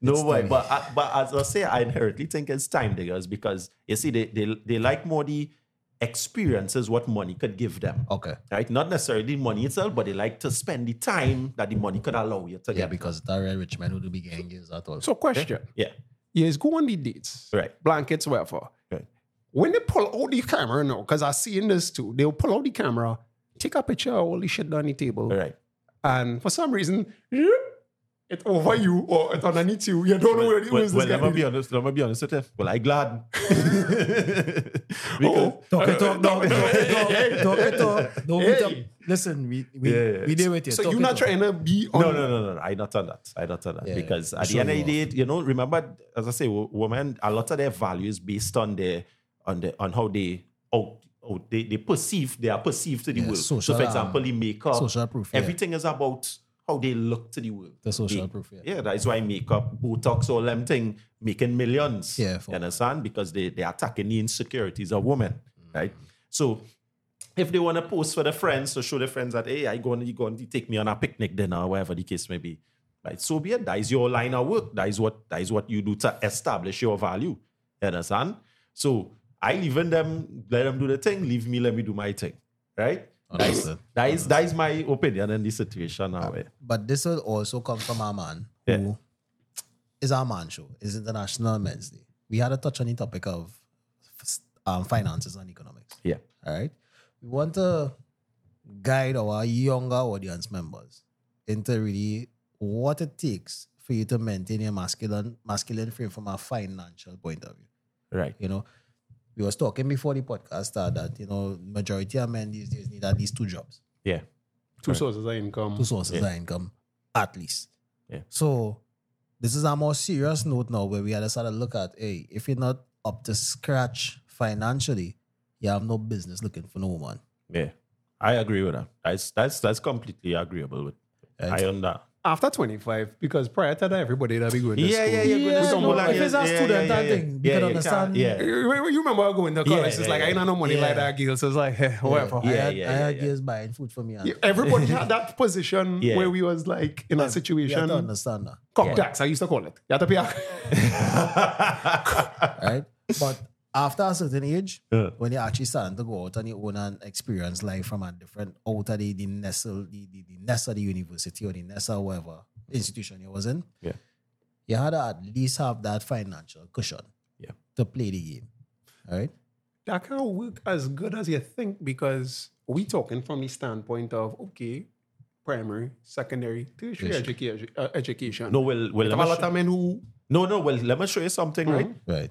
S4: No way, but I, but as I say, I inherently think it's time diggers because you see, they they, they like more the experiences what money could give them.
S3: Okay.
S4: Right, not necessarily money itself, but they like to spend the time that the money could allow you to
S3: Yeah,
S4: get.
S3: because that real rich man who do be getting games at all.
S1: So question.
S4: Yeah,
S1: Yes, go on the dates.
S4: Right.
S1: Blankets, whatever.
S4: Right.
S1: When they pull out the camera, no, because I see in this too. They'll pull out the camera, take a picture of all the shit on the table,
S4: all right.
S1: and for some reason, it over you or it underneath you. You don't know where it
S4: Well,
S1: is.
S4: well, let me be honest. Let me be honest with you. Well, I glad. because,
S1: Oh.
S3: Talk it up, dog. Talk it up. Talk it up. Don't beat up.
S1: Hey.
S3: Listen, we we
S4: Yeah, yeah.
S3: we deal with you.
S1: So
S3: Talk
S1: you're
S3: it
S1: not
S3: up.
S1: trying to be Oh, on
S4: No, no, no, no, no. I not on that. I not on that.
S3: Yeah,
S4: because
S3: yeah.
S4: at the
S3: Show
S4: end of
S3: you
S4: the day, you know, remember, as I say, wo- women, a lot of their value is based on their on the on how they out, out they, they perceive they are perceived to the
S3: Yeah,
S4: world. so
S3: social,
S4: for example,
S3: um,
S4: the makeup,
S3: social proof, yeah.
S4: Everything is about how they look to the world.
S3: The social
S4: They-
S3: proof, yeah.
S4: Yeah, that is why makeup, Botox, all them thing, making millions.
S3: Yeah, for-
S4: You understand? Because they they attacking the insecurities of women,
S3: Mm.
S4: right? So if they want to post for their friends to show their friends that hey, I going to you going to take me on a picnic dinner or whatever the case may be, Like, so be it. That is your line of work. That is what that is what you do to establish your value. You understand? So I leave in them, let them do the thing, leave me, let me do my thing. Right? That is,
S2: Understood.
S4: that is that is my opinion in this situation now. eh.
S3: But this will also come from our man,
S4: Yeah.
S3: who is our man show, is International Men's Day. We had a touch on the topic of f- um, finances and economics.
S4: Yeah.
S3: All right. We want to guide our younger audience members into really what it takes for you to maintain your masculine masculine frame from a financial point of view.
S4: Right.
S3: You know, we was talking before the podcast started that, you know, majority of men these days need at least two jobs
S4: Yeah.
S1: Two sources of income.
S3: two sources of income at least.
S4: Yeah.
S3: So this is a more serious note now where we had to sort of look at hey, if you're not up to scratch financially, you have no business looking for no woman.
S4: Yeah. I agree with that. That's that's that's completely agreeable with
S3: Right.
S4: I own that.
S1: After 25, because prior to that, everybody that be going to school.
S3: Yeah,
S1: no, if
S3: it's a student, I think we can understand.
S4: Yeah.
S1: You remember- you remember going to college,
S4: Yeah,
S1: it's
S4: yeah,
S1: like, I ain't
S4: yeah.
S1: no money like
S3: Yeah.
S1: that, Gil. So it's like, eh, whatever.
S3: I
S4: Yeah,
S3: had,
S4: yeah,
S3: I
S4: yeah,
S3: had
S4: yeah.
S3: girls buying food for me. And
S1: Yeah, Everybody had that position
S4: Yeah.
S1: where we was like in a
S3: we have
S1: situation.
S3: to understand that.
S1: Cock
S4: Yeah.
S1: tax, I used to call it. You had to pay a-
S3: right? But after a certain age,
S4: Yeah.
S3: when you're actually starting to go out on your own and experience life from a different out of the, the nestle the, the, the nest of the university or the nest or whatever institution you was in,
S4: Yeah.
S3: you had to at least have that financial cushion
S4: Yeah.
S3: to play the game. All right.
S1: that can't work as good as you think because we talking from the standpoint of okay, primary, secondary, tertiary
S3: Yes.
S1: education. Uh, education.
S4: No, well, well,
S1: There are a
S4: let me
S1: lot
S4: show,
S1: of Mm-hmm. men who
S4: no, no, well, let me show you something, right?
S3: Right.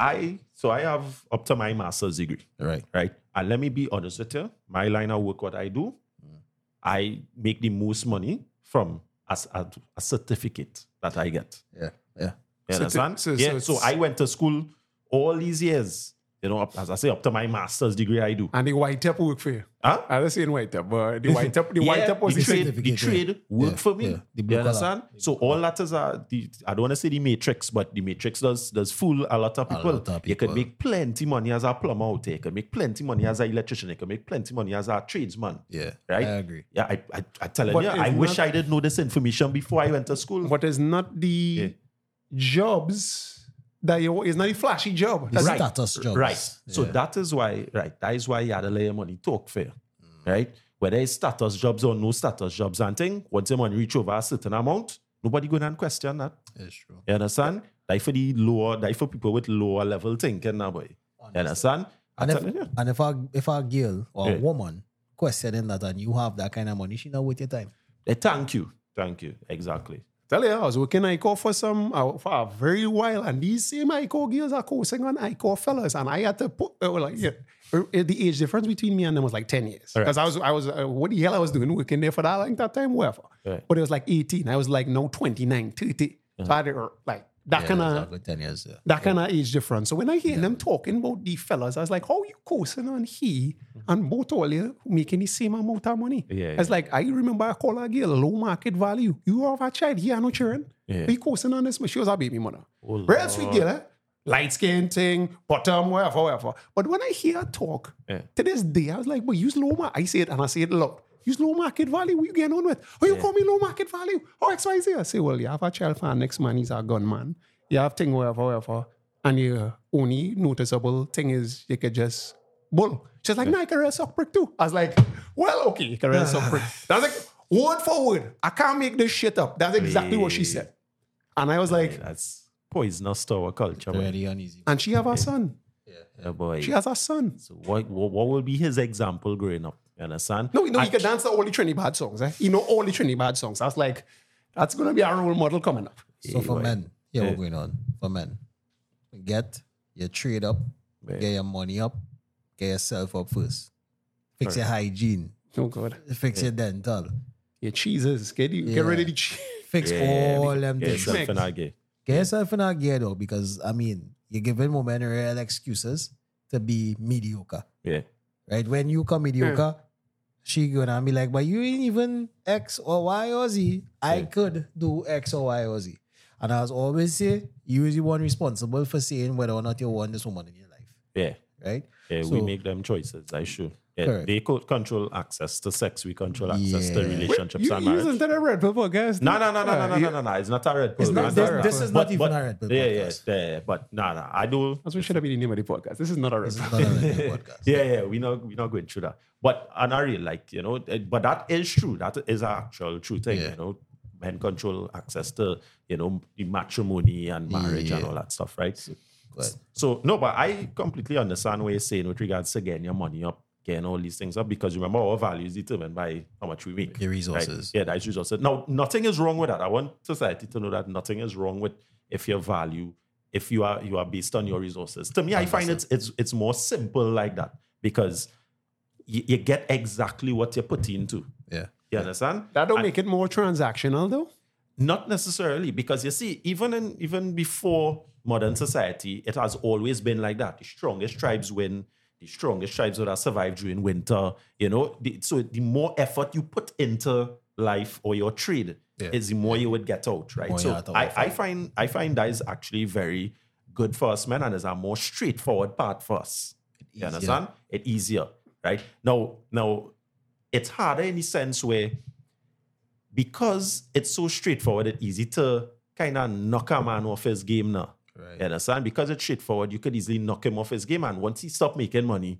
S4: I so I have up to my master's degree,
S3: Right.
S4: right? And let me be honest with you, my line of work, what I do,
S1: Mm.
S4: I make the most money from a, c- a- a certificate that I get.
S3: Yeah. Yeah.
S1: So to-
S4: You understand?
S1: so- so
S4: yeah. So,
S1: it's-
S4: I went to school all these years, you know, up, as I say, up to my master's degree, I do.
S1: and the white up work for you.
S4: Huh?
S1: I was saying white up, but the white up, the
S4: Yeah,
S1: white up was
S4: the
S1: the same.
S4: trade, the
S3: certificate, yeah.
S4: trade work
S3: Yeah,
S4: for me.
S3: yeah, the blue
S4: you
S3: collar.
S4: understand? So all that is a, the, I don't want to say the matrix, but the matrix does does fool a lot of people.
S3: lot of
S4: You
S3: people.
S4: can make plenty money as a plumber out there. You can make plenty money as an electrician. You can make plenty money as a tradesman.
S3: Yeah.
S4: Right?
S3: I agree.
S4: Yeah, I I, I tell you,
S1: But
S4: yeah,
S1: it's
S4: I wish
S1: not-
S4: I didn't know this information before I went to school.
S1: But it's not the jobs that you it's not a flashy job.
S3: The
S1: That's-
S3: status jobs.
S4: Right. So
S3: Yeah.
S4: that is why, right, that is why you had to let your money talk fair.
S3: Mm.
S4: Right? Whether it's status jobs or no status jobs and thing, once your money reach over a certain amount, nobody going to question that.
S3: It's true.
S4: You understand? Like for the lower, like for people with lower level thinking now, boy. You understand?
S3: And
S4: I
S3: if,
S4: tell you,
S3: and if a if a girl or
S4: Yeah.
S3: a woman questioning that and you have that kind of money, she not worth your time.
S4: eh, thank you. Thank you. Exactly.
S1: Tell you, I was working ICO for some uh, for a very while, and these same ICO girls are coursing on ICO fellas, and I had to put uh, like yeah, uh, the age difference between me and them was like ten years
S4: Alright.
S1: because I was I was uh, what the hell I was doing working there for that length of time, whatever.
S4: Right. Uh-huh.
S1: But it was like eighteen, I was like no 29, 30. So I had to, uh, like that kind of
S3: Exactly, ten years. Yeah.
S1: that kind of age difference. So when I hear them talking about the fellas, I was like, how you coursing on he and both all you making the same amount of money?
S4: Mm-hmm. Yeah,
S1: It's
S4: yeah.
S1: like, I remember I call a girl low market value. You have a child here, no children.
S4: Yeah.
S1: We coursing on this. She was a baby mother.
S4: Oh,
S1: Real sweet girl, eh? Light skin thing, bottom, whatever, whatever. But when I hear her talk,
S4: Yeah.
S1: to this day, I was like, but use low market. I say it and I say it loud. Use low market value. What you getting on with? Oh, you call me low market value. Oh, X, Y, Z. I say, well, you have a child for our next man, he's a gunman. You have thing, whatever, whatever. And your only noticeable thing is you could just bull. She's like, no, I can real suck prick too. I was like, well, okay, you can real suck prick. That's like, word for word. I can't make this shit up. That's exactly what she said. And I was like,
S4: That's poisonous to our culture, boy.
S3: Very uneasy.
S1: and she have a son.
S4: Yeah, boy.
S1: She has a son.
S4: So what, what what will be his example growing up? You understand?
S1: No, you know,
S4: I-
S1: he can dance to all the Trinidad songs. Eh? You know, all the Trinidad songs. I was like, that's going to be our role model coming up.
S3: So for
S4: Yeah.
S3: men, yeah, what's going on? For men, get your trade up,
S4: Yeah.
S3: get your money up, get yourself up first. Fix your hygiene,
S1: Oh, God.
S3: fix your dental,
S1: Your cheeses. Get, you,
S3: Yeah.
S1: get rid of the cheese.
S3: fix all them
S4: Yeah,
S3: things.
S4: self and I gay.
S3: Get yourself in a gear though, because I mean, you're giving women real excuses to be mediocre,
S4: Yeah.
S3: right? When you come mediocre,
S4: Hmm.
S3: she gonna be like, "But you ain't even X or Y or Z. I could do X or Y or Z." And as always say, you is the one responsible for saying whether or not you want this woman in your life.
S4: Yeah.
S3: right?
S4: Yeah, we
S3: So-
S4: make them choices. I sure. Yeah,
S3: Correct.
S4: they could control access to sex. We control access to
S3: Yeah.
S4: relationships
S1: You,
S4: and
S1: you
S4: marriage.
S1: isn't that a red pill podcast?
S4: No, no, no, no,
S1: Yeah,
S4: no, no,
S1: you-
S4: no, no, no. It's not a red pill.
S3: It's not-
S4: man.
S3: this-
S4: a red
S3: this
S4: pill.
S3: is not even a red pill
S4: Yeah, yeah,
S3: podcast.
S4: yeah. But no, no. I do.
S1: That's what should have been the name of the podcast. This is not a red
S3: This
S1: pill.
S3: is not a regular podcast.
S4: Yeah, yeah. We not we not going through that. But on a real, like you know, it- but that is true. That is an actual true thing.
S3: Yeah.
S4: You know, men control access to you know the matrimony and marriage and
S3: Yeah.
S4: all that stuff, right?
S3: But
S4: So no, but I completely understand what you're saying with regards to getting your money up, getting all these things up, because remember our value is determined by how much we make.
S3: your
S4: right?
S3: resources.
S4: Yeah, that's resources. Now nothing is wrong with that. I want society to know that nothing is wrong with if your value, if you are you are based on your resources. To me, I find it's it's it's more simple like that because you, you get exactly what you're put into.
S3: Yeah.
S4: You understand?
S1: That don't
S4: And-
S1: make it more transactional though.
S4: not necessarily, because you see, even in even before modern society, it has always been like that. The strongest tribes win. The strongest tribes would have survived during winter. You know, the, so the more effort you put into life or your trade,
S3: Yeah.
S4: is the more you would get out, right?
S3: More you
S4: so
S3: get out
S4: I,
S3: of
S4: I find I find that is actually very good for us men, and is a more straightforward part for us. You
S3: Easier.
S4: understand? It easier, right? Now, now, it's harder in the sense where because it's so straightforward, it's easy to kind of knock a man off his game now.
S3: Right.
S4: You understand? Because it's straightforward, you could easily knock him off his game. And once he stop making money,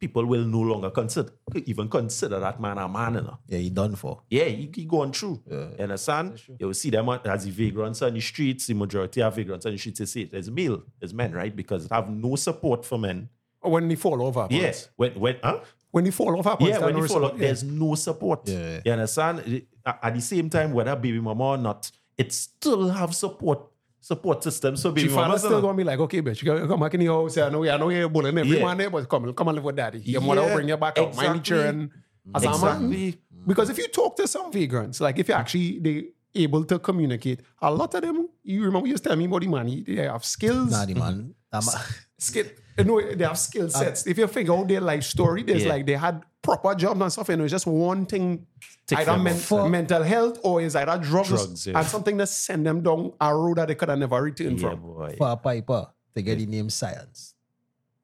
S4: people will no longer consider even consider that man a man you know.
S3: Yeah, he done for.
S4: Yeah, he, he gone through.
S3: Yeah.
S4: You understand? You will see them on- as the vagrants on the streets. The majority of vagrants on the streets, they say it's male, it's men, right? Because they have no support for men.
S1: Or when they fall over. happens.
S4: Yes. When, when, huh?
S1: When they fall over. happens,
S4: Yeah,
S1: there
S4: when
S1: are
S4: you
S1: no
S4: fall out,
S1: response.
S4: there's no support.
S3: Yeah.
S4: You understand? It- At at the same time, whether baby mama or not, it still have support support system. So
S1: She
S4: baby
S1: father
S4: mama's
S1: still
S4: not-
S1: gonna be like, okay, bitch, you gotta come back in the house. I know, I know you're bullying everyone there, but come, come and live with daddy. Your mother will
S4: Yeah,
S1: bring you back out. Mind
S4: exactly.
S1: your children as a man.
S4: exactly.
S1: Because if you talk to some vagrants, like if you actually they able to communicate, a lot of them, you remember you was telling me about the man, he- they have skills.
S3: Nah, the man. That ma-
S1: skill, you know, they have skill sets. if you figure out their life story, there's
S4: Yeah.
S1: like they had proper jobs and stuff, and it was just one thing
S4: Tick
S1: either
S4: them
S1: men-
S4: off.
S1: for mental health or is either drugs,
S4: Drugs, yeah.
S1: and something that send them down a road that they could have never returned
S4: Yeah,
S1: from.
S4: boy.
S3: for a piper to get the name science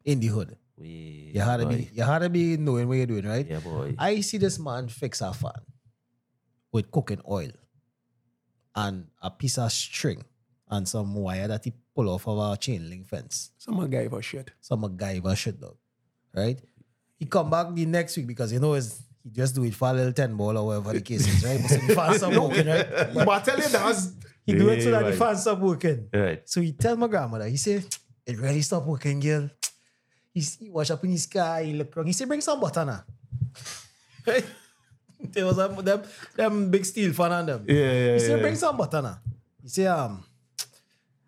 S3: in the hood. You
S4: Yeah,
S3: had to
S4: boy.
S3: be you had to be knowing what you're doing, right?
S4: Yeah, boy.
S3: I see this man fix a fan with cooking oil and a piece of string and some wire that he pull off of a chain link fence.
S1: Some guy for shit.
S3: Some MacGyver shit dog. Right? He come back the next week because you know it's, he just do it for a little ten ball or whatever the case is, right? But so he found some working, right?
S1: But I tell you, that was
S3: He do it so
S4: Yeah,
S3: that he
S4: right.
S3: found some working.
S4: Right.
S3: So he tell my grandmother, he say, it really stopped working, girl. He, s- he wash up in the sky, he look wrong. He say, bring some butter now. there was a, them, them big steel fan on them.
S4: Yeah, yeah,
S3: He say,
S4: yeah.
S3: bring some butter now. He say, um,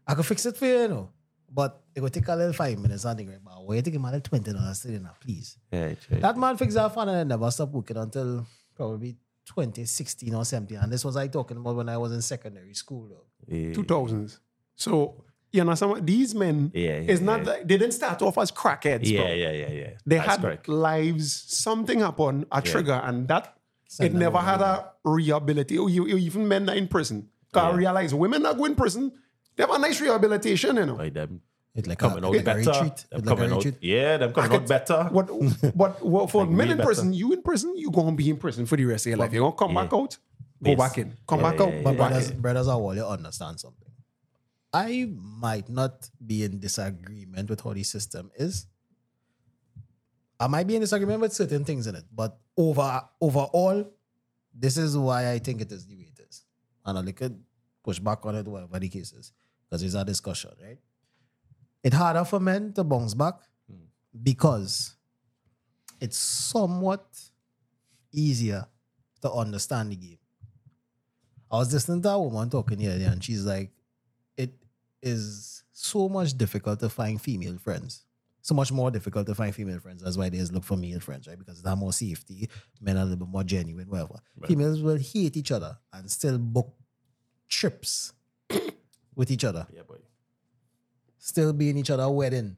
S3: I could fix it for you, you know. But it will take a little five minutes, I think, right? But we're taking my little twenty dollars today now, please.
S4: Right, right.
S3: That man fixed that fan and it never stopped working until probably 2016 or something. And this was I talking about when I was in secondary school. Though.
S4: Yeah.
S1: two thousands. So you know, some these men
S4: Yeah, yeah,
S1: it's not
S4: yeah.
S1: like they didn't start off as crackheads. bro.
S4: Yeah, yeah, yeah, yeah.
S1: They
S4: That's
S1: had
S4: correct.
S1: lives. Something happened, a trigger, and that
S3: Send
S1: it
S3: them
S1: never
S3: away.
S1: had a rehabilitation. You, you even men that in prison. Cause I
S4: Yeah.
S1: realize women that go in prison, they have a nice rehabilitation, you know.
S4: By them
S3: It's like
S4: coming
S3: a,
S4: out
S3: like a
S4: better.
S3: retreat.
S4: Them
S3: It's like
S4: coming
S3: a
S4: out.
S3: retreat.
S4: Yeah, them coming out better.
S1: What, but what for
S4: Like
S1: men
S4: me
S1: in
S4: better.
S1: prison, you in prison, you gonna be in prison for the rest of your life. You're gonna come back out, go
S4: Yes.
S1: back in, come
S4: Yeah,
S1: back
S4: yeah,
S1: out,
S4: yeah,
S1: go
S3: But
S4: yeah.
S1: back
S3: brothers,
S1: in.
S3: brothers are all you understand something. I might not be in disagreement with how the system is. I might be in disagreement with certain things in it, but over overall, this is why I think it is the way it is. And I could push back on it, whatever the case is, because it's a discussion, right? It's harder for men to bounce back
S4: Hmm.
S3: because it's somewhat easier to understand the game. I was listening to a woman talking the other day, and she's like, it is so much difficult to find female friends. So much more difficult to find female friends. That's why they just look for male friends, right? Because they have more safety. Men are a little bit more genuine, whatever. Females will hate each other and still book trips with each other,
S4: Yeah, boy.
S3: still be in each other's wedding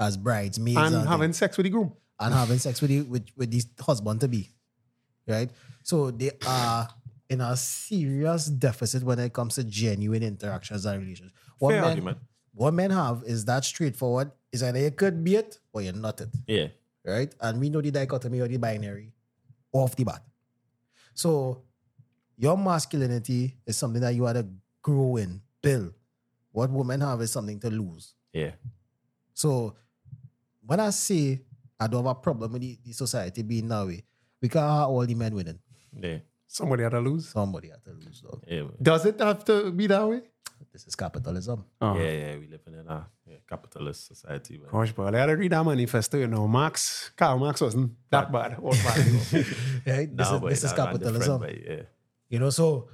S3: as bridesmaids
S1: And
S3: things
S1: having sex with the groom.
S3: and having sex with the, with, with the husband to be. Right? So they are in a serious deficit when it comes to genuine interactions and relations. What,
S4: Fair
S3: men,
S4: argument.
S3: what men have is that straightforward. Is either you could be it or you're not it.
S4: Yeah.
S3: right? And we know the dichotomy or the binary off the bat. So your masculinity is something that you had to grow in, build. What women have is something to lose.
S4: Yeah.
S3: So when I say I don't have a problem with the, the society being that way, we can't have all the men winning.
S4: Yeah.
S1: Somebody had to lose.
S3: Somebody had to lose, dog.
S4: Yeah.
S1: Does it have to be that way?
S3: This is capitalism.
S1: Oh.
S4: Yeah, yeah, we living in a yeah, capitalist society. But
S1: Gosh, bro, I had to read that manifesto, you know. Marx, Karl Marx wasn't that bad. was bad.
S3: Right? This
S4: Nah,
S3: is,
S4: but
S3: this is
S4: that run
S3: capitalism.
S4: different, but yeah.
S3: You know, so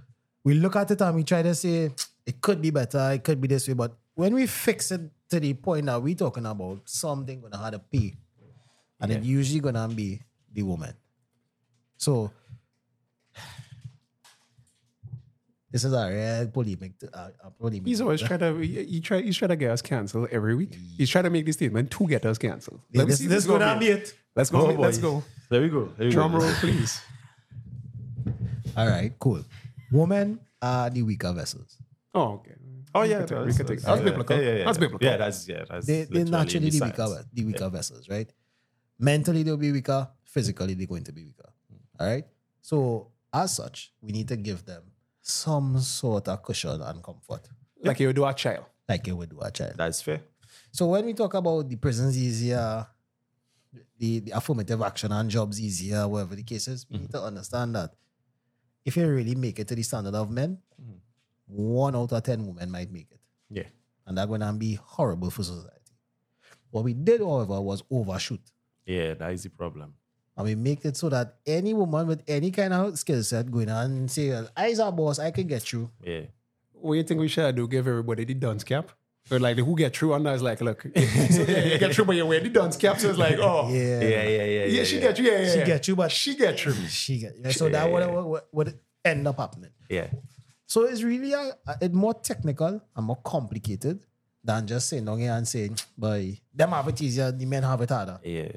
S3: we look at it and we try to say it could be better, it could be this way, but when we fix it to the point that we're talking about, something gonna have to pay, and it usually gonna be the woman. So this is a real polemic. A, a polemic.
S1: he's always trying to he, he try he's trying to get us canceled every week. He's trying to make this statement to get us canceled.
S3: Yeah,
S1: Let me
S3: this-
S1: see if
S3: this
S1: it's gonna
S3: gonna be it.
S1: Let's go.
S4: Oh,
S1: let's
S4: boy.
S1: go.
S4: There we go. There we
S1: Drum
S4: go.
S1: roll, please.
S3: All right, cool. Women are the weaker vessels.
S1: Oh, okay.
S4: Oh yeah,
S1: could take- we could take- that's biblical.
S4: Yeah, yeah, yeah.
S1: That's biblical.
S4: Yeah, that's yeah, that's
S3: They, they're
S4: literally
S3: naturally
S4: in
S3: the
S4: the
S3: weaker,
S4: science.
S3: ve- the weaker vessels, right? Mentally, they'll be weaker. Physically, they're going to be weaker. All right. So, as such, we need to give them some sort of cushion and comfort,
S1: Like you do a child.
S3: like you would do a child.
S4: That's fair.
S3: So, when we talk about the prisons easier, the, the affirmative action and jobs easier, whatever the case is, we need to understand that if you really make it to the standard of men, one out of 10 women might make it
S4: Yeah.
S3: and that going to be horrible for society. What we did, however, was overshoot,
S4: Yeah, that is the problem.
S3: and we make it so that any woman with any kind of skill set going on and say, well, "I's a boss, I can get you."
S4: Yeah.
S1: What do you think we should do? Give everybody the dunce cap? Or like the who get through and I was like, look, it's okay, you get through, but you wear the dunce cap. So it's like, oh, yeah,
S3: Yeah,
S4: Yeah, yeah, yeah.
S1: she get you, yeah, yeah,
S3: she
S1: yeah.
S3: get you, but
S1: she get through.
S3: she get yeah, so that what what, what what end up happening.
S4: Yeah.
S3: So it's really a, a- it more technical and more complicated than just saying down here and saying, "Boy, them have it easier, the men have it harder."
S4: Yeah.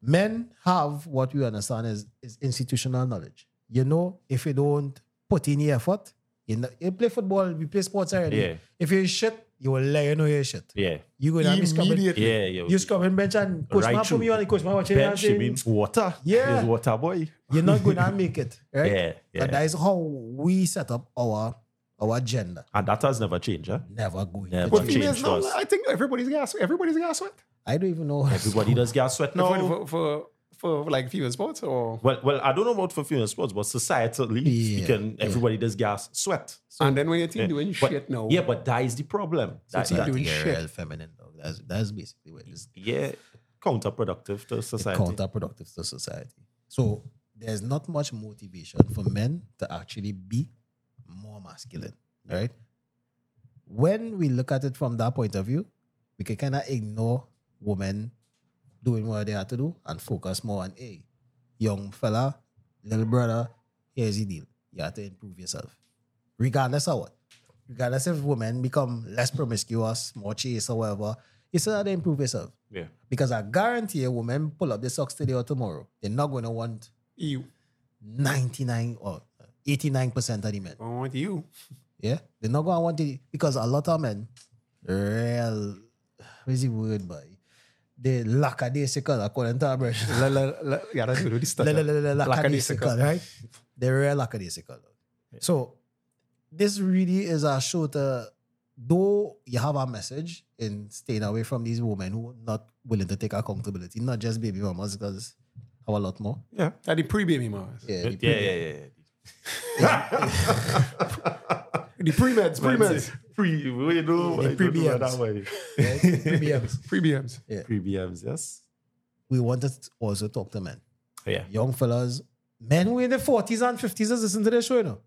S3: men have what we understand is, is institutional knowledge. You know, if you don't put in the effort, you, know, you play football, we play sports already.
S4: Yeah.
S3: If you're shit, you will let you know you're shit.
S4: Yeah.
S3: You go down,
S1: Immediately.
S4: Yeah, yeah.
S3: you scrub in bench and coach
S4: Right
S3: man put
S4: through.
S3: me on the coach man watching and
S4: Bench, you
S3: saying,
S4: mean water.
S3: Yeah.
S4: He's water boy.
S3: you're not going to make it. Right?
S4: Yeah, yeah.
S3: And that is how we set up our our gender.
S4: And that has never changed, huh?
S3: Never going
S4: Never.
S3: to
S1: But
S4: Change
S3: change.
S1: females now,
S4: us.
S1: I think everybody's gas. Everybody's gas sweat.
S3: I don't even know.
S4: Everybody does get sweat
S1: For,
S4: now.
S1: for, for, for like female sports or
S4: Well, well, I don't know about for female sports, but societally
S3: Yeah,
S4: speaking, everybody does gas sweat.
S1: and then when your team
S4: Yeah.
S1: doing
S4: But-
S1: Ah, shit now.
S4: Yeah, but that is the problem. That,
S1: it's not
S4: that-
S1: doing
S3: You're
S1: shit.
S3: real feminine, dog. That's, that's basically what it is.
S4: yeah, counterproductive to society.
S3: counterproductive to society. So there's not much motivation for men to actually be more masculine, right? When we look at it from that point of view, we can kind of ignore women doing what they have to do and focus more on a young fella, little brother. Here's the deal: you have to improve yourself, regardless of what. Regardless if women become less promiscuous, more chase or whatever, you still have to improve yourself.
S4: yeah,
S3: Because I guarantee a woman pull up the socks today or tomorrow, they're not going to want
S1: you.
S3: 99 or 89% of the men.
S1: I want you.
S3: Yeah? They're not going to want the, because a lot of men, real, what's the word, boy? They lackadaisical, according to our brush.
S1: La, la, la, yeah, that's what this
S3: La- la- la-
S1: Lackadaisical.
S3: la- lackadaisical, right? They're real lackadaisical. So this really is a show to, though you have a message in staying away from these women who are not willing to take accountability, not just baby mamas, because I have a lot more.
S1: Yeah, that the pre-baby mamas.
S3: Yeah,
S4: yeah,
S3: the
S4: yeah,
S3: pre-
S4: yeah. yeah.
S1: The pre-meds, pre-meds,
S4: Pre, we know I
S3: The
S4: don't know
S3: pre-BMs.
S4: that way.
S3: right? PBMs.
S1: pre-BMs.
S4: Pre-BMs, yes.
S3: We wanted to also talk to men.
S4: Yeah,
S3: Young fellas, men who in the 40s and 50s is listening to the show, you know?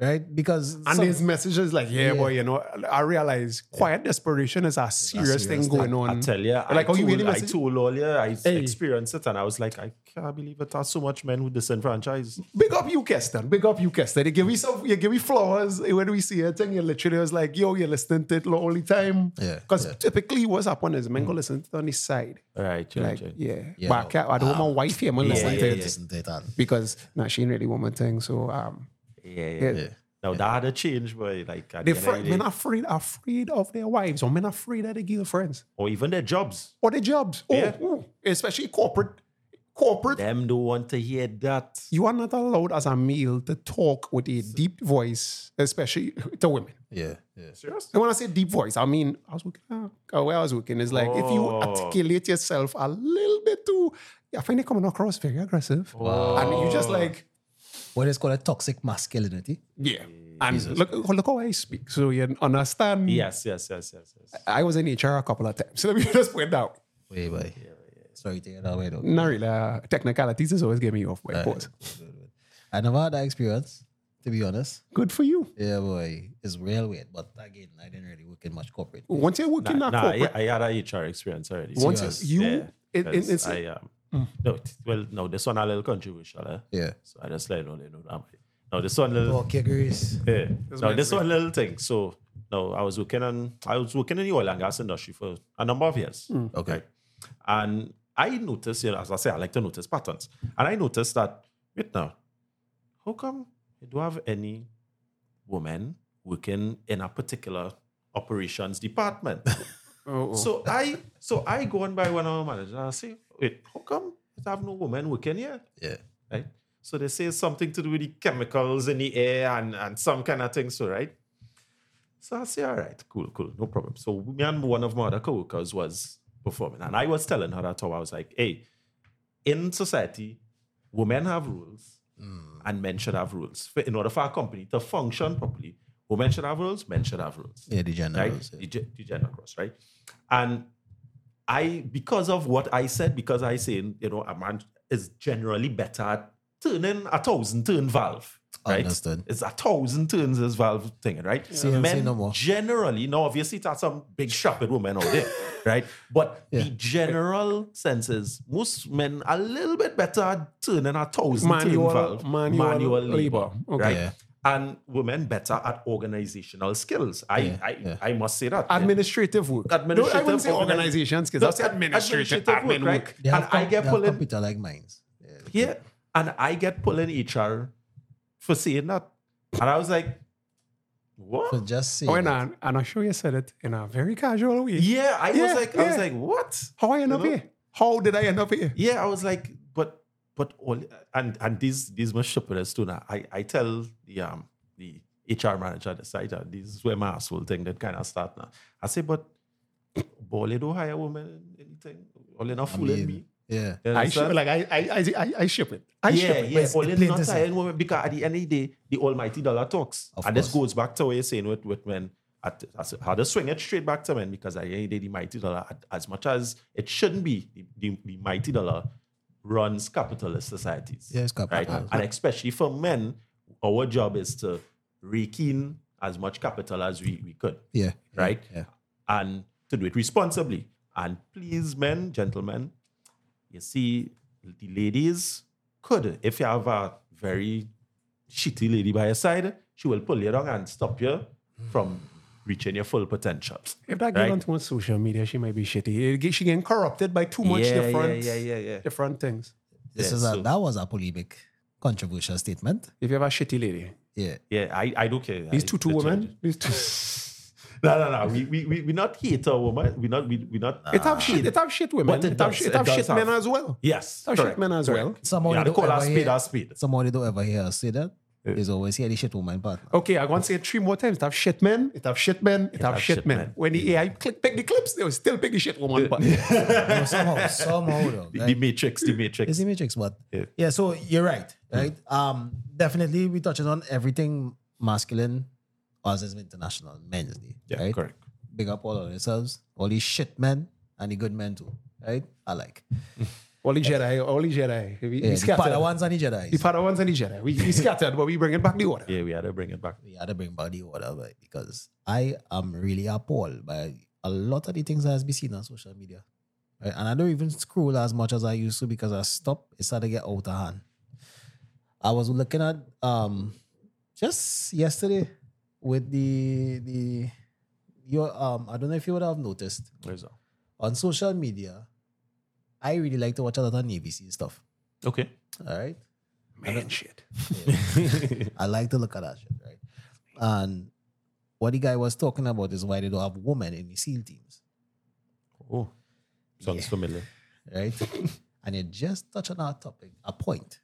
S3: Right? Because
S1: And
S3: some-
S1: there's messages like, yeah,
S3: Yeah.
S1: boy, you know, I realize quiet desperation is a serious,
S3: serious
S1: thing
S3: thing.
S1: going on.
S4: I tell you, I,
S1: like, oh,
S4: told,
S1: you really
S4: I
S1: message?
S4: told earlier, I
S1: Hey.
S4: experienced it, and I was like, I can't believe it. There's so much men who disenfranchised.
S1: Big up you, Keston. Big up you, Keston. They give me some, you give me flowers when we see it, and you literally was like, yo, you're listening to it the only time.
S3: Yeah,
S1: Because
S3: yeah.
S1: typically what's happening is
S4: Mm.
S1: men go listen to it on the side.
S4: Right, yeah,
S1: Like,
S4: yeah.
S1: yeah.
S3: Yeah.
S1: But I, can't, I don't want my wife here. I'm gonna
S4: Ah. Yeah,
S1: listen
S4: yeah,
S1: to
S4: yeah.
S1: it
S3: Listen to it and-
S1: because nah, she ain't really want my thing. So um
S4: yeah, yeah.
S1: yeah.
S3: Yeah.
S4: Now that had a change, but like at
S1: They
S4: the end
S1: fr-
S4: of the
S1: men
S4: day-
S1: are afraid, afraid of their wives, or men are afraid of their girlfriends,
S4: or even their jobs.
S1: or their jobs. Oh,
S4: Yeah.
S1: ooh, especially corporate. Corporate,
S4: Them don't want to hear that.
S1: you are not allowed as a male to talk with a deep voice, especially to women.
S3: Yeah. Yeah.
S4: Serious?
S1: And when I say deep voice, I mean I was working. ah, ah, where I was working is like if you
S4: Oh.
S1: articulate yourself a little bit too, I find it coming across very aggressive, and you just like
S3: What is called a toxic masculinity.
S1: yeah. And look, look how I speak, so you understand.
S4: Yes, yes, yes, yes, yes.
S1: I was in HR a couple of times, so let me just point out.
S3: Way boy. Sorry to hear that way though.
S1: Not really. Uh, technicalities is always get me off. By pause.
S3: I never had that experience, to be honest.
S1: Good for you.
S3: Yeah, boy. It's real weird. But again, I didn't really work in much corporate.
S1: Once you're working
S4: Nah,
S1: that
S4: nah, I,
S1: corporate,
S4: I had a HR experience already.
S1: once
S3: Yes.
S1: you,
S4: Yeah,
S1: it, it, Mm.
S4: 'cause
S1: it's
S4: I, um, no, t- well, no, this one a little controversial, eh?
S3: Yeah.
S4: So I just let you know, they know that. No, this one little,
S3: Oh, kickers.
S4: yeah. no,
S1: my
S4: this one little thing. So, no, I was working on, I was working in the oil and gas industry for a number of years.
S1: Mm.
S3: Okay.
S4: Right? And I noticed, you know, as I say, I like to notice patterns, and I noticed that wait now, how come you don't have any woman working in a particular operations department?
S1: oh, oh.
S4: So I so I go on by one of our managers and I say, wait, how come you have no woman working here?
S3: Yeah.
S4: Right? So they say it's something to do with the chemicals in the air and, and some kind of thing, so right? So I say, all right, cool, cool, no problem. So me and one of my other coworkers was performing, and I was telling her that how I was like, hey, in society, women have rules and men should have rules. For- In order for our company to function properly, women should have rules, men should have rules
S3: Yeah, the gender.
S4: right?
S3: roles, yeah.
S4: The, gen- the gender cross, right? And I, because of what I said, because I said, you know, a man is generally better at turning a thousand turn valve, right?
S3: Understood.
S4: It's a thousand turns this valve thing, right?
S3: See, I'm saying no more.
S4: generally, now obviously that's some big shopping woman out there, right? But the general sense is most men are a little bit better at turning a thousand
S1: Manual-
S4: turn valve,
S1: manual labor. Okay.
S4: right?
S3: Yeah.
S4: And women better at organizational skills. I,
S3: Yeah,
S4: I,
S3: yeah.
S4: I must say that
S1: administrative work. No, I
S4: Administrative
S1: wouldn't say
S4: organi-
S1: organizations because that's administrative, admin
S4: right?
S1: work.
S3: They have
S4: And I get
S3: com- they have
S4: pulling
S3: computer like minds. Yeah.
S4: yeah, and I get pulling HR for saying that, and I was like, what?
S3: But just say.
S1: Oh, and,
S3: that.
S1: I, and I'm sure you said it in a very casual way.
S4: Yeah, I
S1: Yeah,
S4: was like, I was
S1: yeah.
S4: like, what?
S1: How I end
S4: You
S1: up
S4: know?
S1: here? How did I end up here?
S4: Yeah, I was like, but but all and and these these must ship with us too. Now I I tell the um the HR manager at the site that this is where my asshole thing that kind of start now. I say, but. Boy, they don't hire women, anything. All they not
S3: I
S4: fooling
S3: mean,
S4: me.
S3: Yeah.
S4: You
S1: I
S4: understand?
S1: ship, like I, I, I, I, I ship it. I ship
S4: yeah,
S1: it.
S4: yeah.
S3: It's
S4: Or let's
S3: plain
S4: not
S3: to say.
S4: tie in women because at the end of the day, the almighty dollar talks.
S3: Of
S4: and this
S3: course.
S4: goes back to what you're saying with, with men. At, as, how to swing it straight back to men because at the end of the day, the mighty dollar, at- as much as it shouldn't be, the, the, the mighty dollar runs capitalist societies.
S3: Yeah, it's
S4: Right?
S3: capital.
S4: And especially for men, our job is to rake in as much capital as we, we could
S3: Yeah.
S4: right?
S3: Yeah.
S4: And to do it responsibly. And please, men, gentlemen, you see, the ladies could, if you have a very shitty lady by your side, she will pull you down and stop you from reaching your full potential.
S1: If that girl
S4: Right.
S1: on too much social media, she might be shitty. It get- She getting corrupted by too much different,
S4: yeah, yeah, yeah, yeah.
S1: different things.
S3: This
S4: Yeah,
S3: is a,
S4: so-
S3: that was a polemic, controversial statement.
S1: If you have a shitty lady,
S3: Yeah.
S4: Yeah, I, I don't care.
S1: these
S4: I-
S1: two, two
S4: the
S1: women,
S4: judge-
S1: these two.
S4: No, no, no. We we we we not hate a woman. We not we we not.
S1: It have shit. It have shit women.
S4: But Ah. it
S1: It have
S4: does-
S1: shit- it
S4: it
S1: have
S4: does
S1: shit men
S4: have-
S1: as well.
S4: Yes,
S1: It have shit
S4: correct.
S1: men as well.
S3: Someone
S4: Yeah,
S3: you
S4: they
S3: don't
S4: call
S3: ever
S4: us speed,
S3: hear.
S4: us speed.
S3: Someone you don't ever hear us say that. Is always here the shit woman partner.
S1: Okay, I want to say it three more times. It have shit men, it have shit men, it, have, shit, men. When the AI click pick the clips, they will still pick the shit woman. But
S3: No, somehow, somehow though.
S4: The, the
S3: like,
S4: matrix, the matrix.
S3: it's the matrix, but
S4: Yeah.
S3: yeah. So you're right, right? Um, definitely we touching on everything masculine, us is international men's day,
S4: Yeah,
S3: right?
S4: correct.
S3: Big up all of ourselves, all these shit men and the good men too, right? I like.
S1: only Jedi, only Jedi. We, we
S3: Yeah, the
S1: scattered.
S3: Padawans and the
S1: The
S3: Jedi's.
S1: Padawans and the Jedi. We, we scattered, but we bringing back the order.
S4: Yeah, we had to bring it back.
S3: we had to bring body order right? because I am really appalled by a lot of the things that has been seen on social media. Right? And I don't even scroll as much as I used to because I stopped. It started to get out of hand. I was looking at um just yesterday with the the your um I don't know if you would have noticed
S4: Where's that?
S3: on social media, I really like to watch a lot of Navy SEAL stuff.
S4: Okay.
S3: All right.
S1: Man, shit.
S3: I like to look at that shit, right? And what the guy was talking about is why they don't have women in the SEAL teams,
S4: Oh, sounds familiar.
S3: right? and it just touched on our topic, a point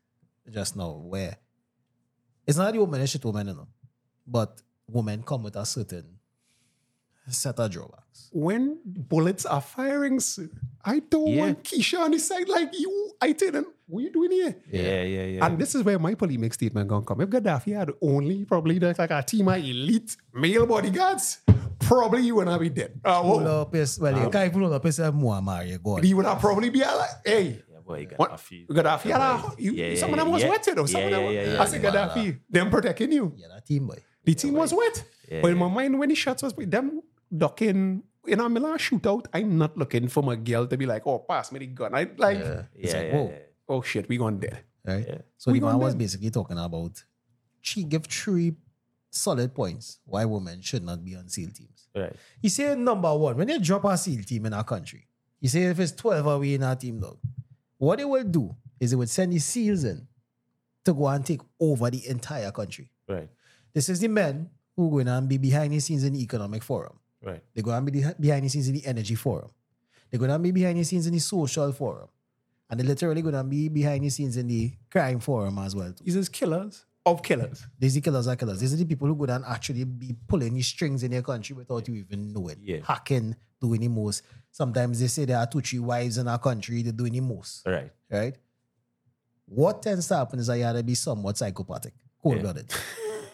S3: just now where it's not the woman issue to women, you know, but women come with a certain set of drawbacks.
S1: when bullets are firing, sir, I don't
S4: Yeah.
S1: want Keisha on the side like you. I tell them, what you doing here?
S4: Yeah, yeah, yeah.
S1: And this is where my polemic statement gonna come. If Gaddafi had only probably the, like a team of elite male bodyguards, probably you would not be dead. Uh, whoa.
S3: Pull up his- well, you can't pull up his, uh, Muammar, you go on.
S1: He would have probably be alive. Hey,
S4: yeah, boy, you
S1: what?
S4: got a few.
S1: Gaddafi, had
S4: Yeah,
S1: a-
S4: boy.
S1: you,
S4: Yeah, yeah,
S1: some of them was
S4: yeah.
S1: wet, you know. Some
S4: Yeah,
S1: of them
S4: yeah,
S1: were-
S4: yeah,
S1: I
S4: yeah.
S1: said Gaddafi, them protecting you.
S3: Yeah, that team boy.
S1: The team was wet. but in my mind, when the shots was them ducking in a Milan shootout, I'm not looking for my girl to be like, oh, pass me the gun. I like,
S3: Yeah, it's
S4: Yeah,
S3: like,
S4: yeah,
S3: whoa,
S4: yeah.
S1: oh shit, we gone dead.
S3: right?
S4: Yeah.
S3: So
S1: We
S3: the man
S1: gone
S3: was
S1: dead.
S3: basically talking about she gave three solid points why women should not be on SEAL teams.
S4: Right.
S3: He said number one, when they drop a SEAL team in our country, he said if it's 12 away in our team dog, what they will do is they would send the SEALs in to go and take over the entire country.
S4: Right.
S3: This is the men who going and be behind the scenes in the economic forum.
S4: Right.
S3: They're going to be the- behind the scenes in the energy forum. They're going to be behind the scenes in the social forum. And they're literally going to be behind the scenes in the crime forum as well. Too.
S1: These is killers of killers.
S3: These are killers are killers. These are the people who go down actually be pulling the strings in their country without you even knowing.
S4: Yeah.
S3: Hacking, doing the most. Sometimes they say there are two, three wives in our country, they're doing the most.
S4: Right.
S3: Right? What tends to happen is I had to be somewhat psychopathic. Cool
S4: Yeah.
S3: about it.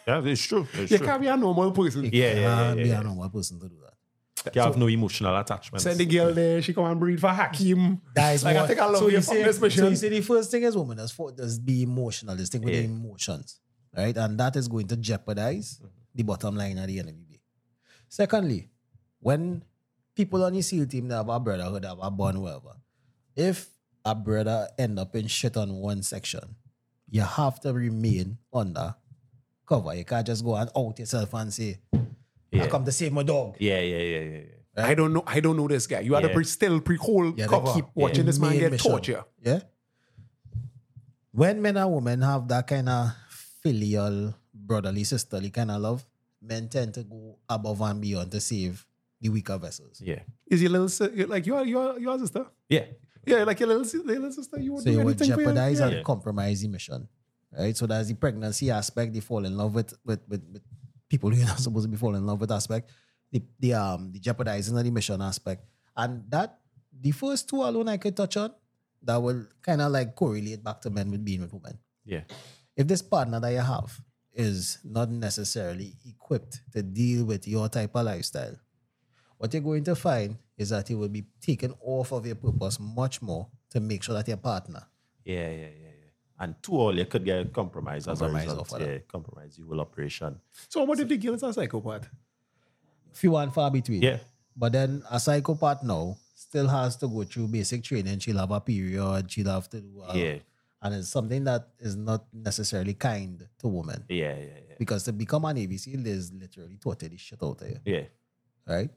S4: Yeah, it's true. It's
S1: You
S4: true.
S1: can't be a normal person.
S4: Yeah, yeah, yeah,
S3: Can't
S4: yeah,
S3: be
S4: yeah.
S3: a normal person to do that.
S4: You have no emotional attachments.
S1: Send the girl there, she come and breed for Hakim.
S3: That is
S1: like, I
S3: what-
S1: think I love
S3: so
S1: you
S3: you
S1: from
S3: say,
S1: this
S3: So
S1: mission.
S3: you say the first thing is women is for does be emotional, this thing with the
S4: Yeah.
S3: emotions, right? And that is going to jeopardize
S1: Mm-hmm.
S3: the bottom line at the end of the day. Secondly, when people on the SEAL team they have a brotherhood, they have a bond, whatever. If a brother end up in shit on one section, you have to remain under cover. You can't just go and out yourself and say, I
S4: Yeah.
S3: come to save my dog.
S4: yeah, yeah, yeah, yeah, yeah.
S1: I don't know. I don't know this guy. You had to
S4: Yeah.
S1: pre- still pre-hold
S3: Yeah, they
S1: cover,
S3: keep-
S1: watching this man
S3: Main
S1: get
S3: mission.
S1: torture.
S3: Yeah. When men and women have that kind of filial, brotherly, sisterly kind of love, men tend to go above and beyond to save the weaker vessels.
S4: Yeah.
S1: Is your little si- like your your your sister?
S4: Yeah.
S1: Yeah, like your little, si- little sister. You would do
S3: So you would
S1: anything
S3: jeopardize
S1: for your,
S3: and
S1: yeah.
S4: Yeah.
S3: compromise the mission. Right? So that's the pregnancy aspect, they fall in love with with, with, with people who you're not supposed to be falling in love with aspect, the, the um the jeopardizing of the mission aspect. And that the first two alone I could touch on that will kind of like correlate back to men with being with women.
S4: Yeah.
S3: if this partner that you have is not necessarily equipped to deal with your type of lifestyle, what you're going to find is that you will be taken off of your purpose much more to make sure that your partner.
S4: Yeah, yeah, yeah, yeah. And two all you could get compromise as
S3: Compromise
S4: a
S3: off of
S4: result.
S3: that.
S4: Yeah, compromise your whole operation.
S1: So what if the girls are psychopath?
S3: Few and far between.
S4: Yeah.
S3: But then a psychopath now still has to go through basic training. She'll have a period. She'll have to do. uh,
S4: yeah.
S3: And it's something that is not necessarily kind to women.
S4: Yeah, yeah, yeah.
S3: Because to become an ABC, there's literally totally shit out there.
S4: Yeah.
S3: Right?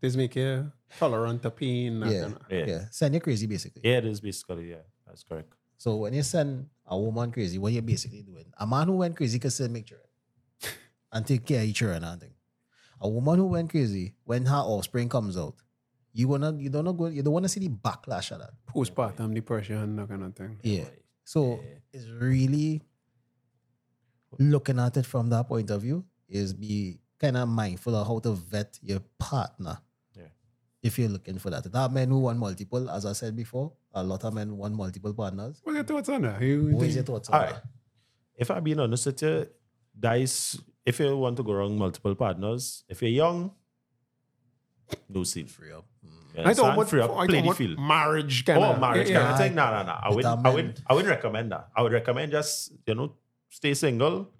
S1: This make you tolerant to pain. and-
S3: Yeah.
S1: and-
S4: Yeah.
S3: yeah. Send you crazy, basically.
S4: Yeah, it is basically, yeah. That's correct.
S3: So when you send a woman crazy, what you're basically doing, a man who went crazy can still make children and take care of each other and everything. A woman who went crazy, when her offspring comes out, you wanna you don't know go you don't wanna see the backlash of that.
S1: postpartum depression, that kind of thing.
S3: Yeah. So it's really looking at it from that point of view is be kind of mindful of how to vet your partner.
S4: Yeah.
S3: If you're looking for that. There are men who want multiple, as I said before. A lot of men want multiple partners.
S1: What's your thoughts on that? You-
S3: What is your thoughts on
S4: All right.
S3: that?
S4: If I'm being honest with you, that is, if you want to go around multiple partners, if you're young, no seal.
S3: Free up. Mm.
S1: I don't want,
S4: free up,
S1: I
S4: play
S1: don't
S4: the
S1: want
S4: field.
S1: marriage kind
S4: Oh,
S1: of
S4: marriage
S1: yeah,
S4: kind of thing. No, no, no. I
S3: With
S4: wouldn't, I
S3: our men.
S4: wouldn't, I wouldn't recommend that. I would recommend just, you know, stay single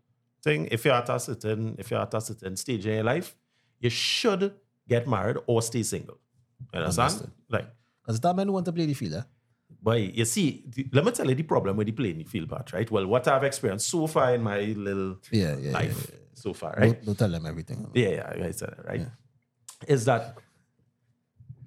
S4: thing. If you're at a certain, if you're at a certain stage in your life, you should get married or stay single. You understand?
S3: Understood.
S4: Like,
S3: Because that man want to play the field, eh?
S4: Boy, you see, the, let me tell you the problem with the playing field part, right? Well, what I've experienced so far in my little
S3: Yeah, yeah.
S4: life so far,
S3: Don't,
S4: right?
S3: don't tell them everything.
S4: Yeah, yeah, I said it, right? Is that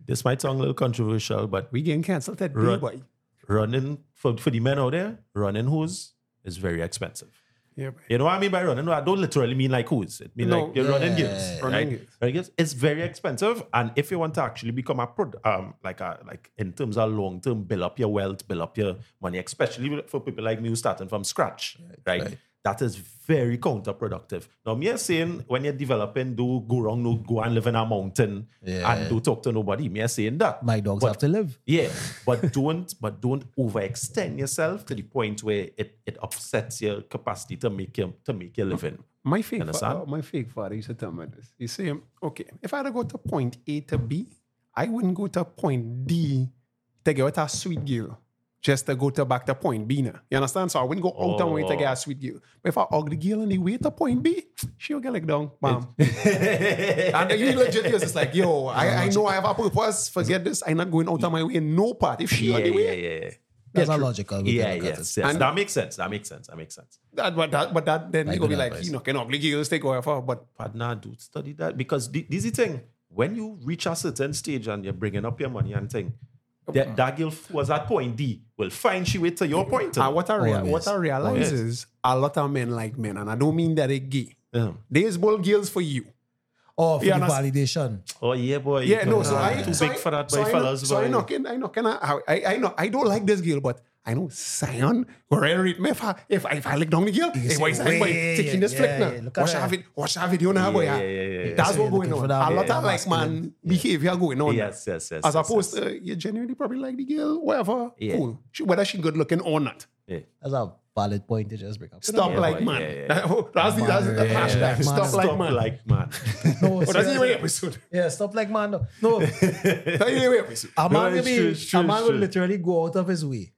S4: this might sound a little controversial, but
S1: We getting canceled that day,
S4: Right.
S1: boy.
S4: running for, for the men out there, running who's is very expensive.
S1: Yeah,
S4: You know what I mean by running? No, I don't literally mean like who's. It mean
S1: No,
S4: like you're running
S3: yeah,
S4: games.
S1: yeah, running
S4: right?
S1: games.
S4: Running games. It's very expensive. And if you want to actually become a prod, um, like a like in terms of long term, build up your wealth, build up your money, especially for people like me who starting from scratch. Right.
S3: right.
S4: That is very counterproductive. Now, me saying when you're developing, do go wrong, no go and live in a mountain
S3: Yeah.
S4: and don't talk to nobody. Me saying that.
S3: My dogs
S4: But-
S3: have to live.
S4: Yeah, but don't but don't overextend yourself to the point where it, it upsets your capacity to make your to make your living.
S1: My fake,
S4: Understand?
S1: fa- oh, my fake father used to tell me this. He say, okay, if I had to go to point A to B, I wouldn't go to point D to get a sweet girl, just to go to back to point B now. You understand? So I wouldn't go out and way to
S4: Oh.
S1: get a sweet girl. But if I ugly girl on the way to point B, she'll get like down, bam. and you legit is just like, yo, I, I know I have a purpose. Forget this. I'm not going out of my way. No part. If she
S4: Yeah,
S1: on the way,
S4: yeah, yeah, yeah.
S3: That's
S1: Yeah,
S3: a
S1: true.
S3: logical. way to
S4: Yeah,
S3: look at it.
S4: yes, yes.
S1: And-
S4: that makes sense. That makes sense. That makes sense.
S1: that, but that, but that, then
S3: Like
S1: you gonna be
S3: good
S1: like,
S3: advice.
S1: you know, can ugly girls take over? But
S4: But now, do study that because the, this is the thing. When you reach a certain stage and you're bringing up your money and thing, that, that girl who was at point D will find she way to your point.
S1: And uh, what I, rea-
S3: Always.
S4: Oh,
S1: what I realize
S4: Always.
S1: is a lot of men like men, and I don't mean that they gay.
S4: Yeah.
S1: There's bold girls for you.
S3: Or oh, for
S1: Yeah,
S3: the
S1: and I-
S3: validation.
S4: Oh yeah, boy.
S1: Yeah, no, so
S4: Ah,
S1: I
S4: too
S1: so
S4: big
S1: I-
S4: for that,
S1: so
S4: boy,
S1: I know,
S4: fellas.
S1: so I
S4: boy.
S1: know, can, I know, can I, I, I know, I don't like this girl, but I know Sion, wherever it may, if I, if I, if I lick down the girl, hey,
S3: say,
S1: why is that
S3: "Wait,
S1: boy
S3: yeah,
S1: taking this
S3: yeah,
S1: flick
S3: yeah,
S1: now?
S3: look at
S1: Watch
S3: her."
S1: her vid- watch her video now, boy.
S4: yeah,
S1: ah.
S4: yeah, yeah, yeah.
S1: That's
S3: So
S1: what
S3: you're
S1: going
S3: looking
S1: on.
S3: for
S1: A
S3: that,
S1: lot
S3: yeah,
S1: of like man behavior going on.
S4: Yes, yes, yes.
S1: As
S4: yes,
S1: opposed
S4: yes.
S1: to you genuinely probably like the girl, whatever,
S4: Yeah.
S1: cool. She, whether she good looking or not.
S4: Yeah.
S3: That's a valid point to just bring up.
S1: Stop
S4: Yeah,
S1: like
S4: boy,
S1: man. Oh,
S4: yeah, yeah.
S1: That's the that's the
S3: Yeah, yeah,
S1: hashtag.
S3: yeah.
S1: Stop
S3: Man.
S1: like
S4: Stop
S1: man.
S4: like man.
S1: But
S3: No,
S1: that's the
S3: seriously.
S1: way episode.
S3: yeah, stop like man. No, no
S1: That's the way episode.
S3: a man, will
S4: it's
S3: be,
S4: true, it's true,
S3: a man
S4: it's
S3: will
S4: true.
S3: literally go out of his way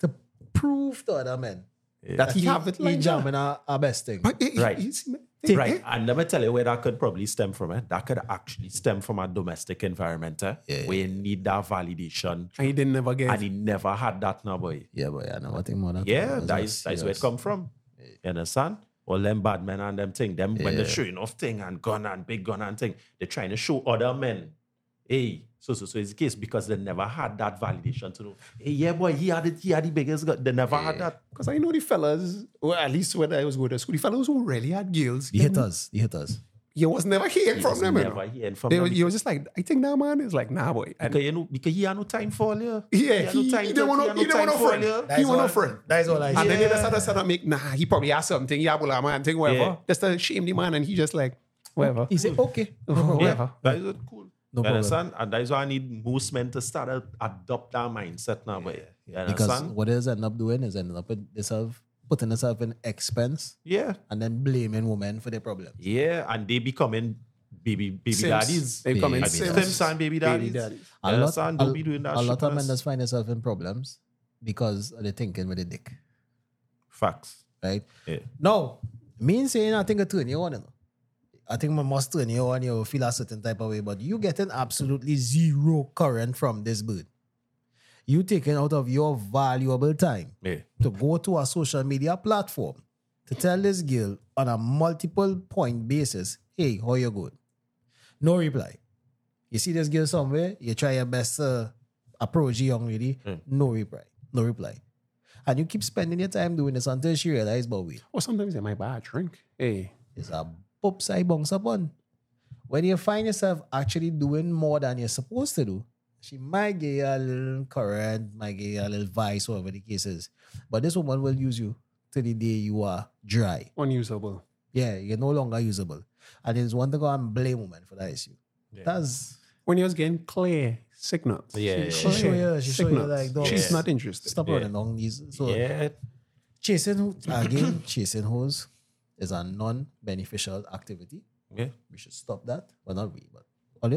S3: to prove to other men
S1: That he have it
S3: he
S1: like that.
S3: jamming our, our best thing.
S1: But it,
S4: Right.
S1: right. It's, eh,
S4: Right. And let me tell you where that could probably stem from. Eh? That could actually stem from a domestic environment eh?
S3: Yeah.
S4: where you need that validation.
S1: And he didn't never get
S4: And he never had that now, boy.
S3: yeah, but yeah, no, I think more than
S4: Yeah, that is, that is where it come from. You understand? All them bad men and them thing. Them when they're showing off thing and gun and big gun and thing. They're trying to show other men. Hey, so so so it's the case because they never had that validation to know. Hey, yeah, boy, he had it, he had the biggest gun. They never had that.
S1: because I know the fellas, well, at least when I was going to school, the fellas who really had girls,
S3: The hitters, the hitters.
S1: you was never hearing from them. You,
S4: Never
S1: know?
S4: hearing from
S1: they,
S4: them.
S1: was- you was just like, I think that man is like, nah, boy. And
S4: Because you know, because he had no time for you.
S1: yeah, he, he, didn't want no, he didn't want no friend. He want no friend.
S3: That is all I
S1: And
S3: see.
S1: Ah, then they just started to make, nah, he probably has something. Yeah, well, man, thing, whatever.
S4: Yeah.
S1: Just to shame the man, and he just like, whatever.
S3: He said, okay. no problem.
S4: Yeah, that is cool.
S3: No
S4: you
S3: problem.
S4: understand? And that is why I need most men to start to adopt that mindset now, boy. You
S3: Because
S4: understand?
S3: what is end up doing is ending up with themselves putting themselves in expense
S4: yeah,
S3: and then blaming women for their problems.
S4: yeah, and they becoming baby baby
S1: Sims.
S4: daddies.
S1: They become
S3: Baby
S1: Sims.
S3: daddies.
S4: Sims and baby daddies.
S1: daddies.
S4: You understand? Don't be doing that.
S3: a lot
S4: shit,
S3: of men
S4: man.
S3: just find themselves in problems because of the thinking with the dick,
S4: facts.
S3: right?
S4: Yeah.
S3: No, me saying I think a turn you on, you know. I think my must turn you on, you will feel a certain type of way, but you getting absolutely zero current from this bird. You taking out of your valuable time
S4: Yeah.
S3: to go to a social media platform to tell this girl on a multiple point basis, hey, how you good? No reply. You see this girl somewhere, you try your best to approach the young lady, no reply. No reply. And you keep spending your time doing this until she realizes, but wait,
S1: Or sometimes they might buy a drink. Hey,
S3: it's a pops I bounce upon. When you find yourself actually doing more than you're supposed to do, she might give you a little current, might give you a little vice, whatever the case is. But this woman will use you till the day you are dry.
S1: unusable.
S3: Yeah, you're no longer usable. And it's one thing go and blame women for that issue. That's
S1: when he was getting clear signals. She-
S4: Yeah, yeah,
S1: she
S3: yeah.
S1: show you- she show you,
S3: Signals.
S1: like, dog,
S4: Yeah.
S1: She's not interested.
S3: stop running along these. So
S4: yeah.
S3: chasing ho- again, chasing hoes is a non-beneficial activity.
S4: Yeah.
S3: We should stop that. Well, not we, but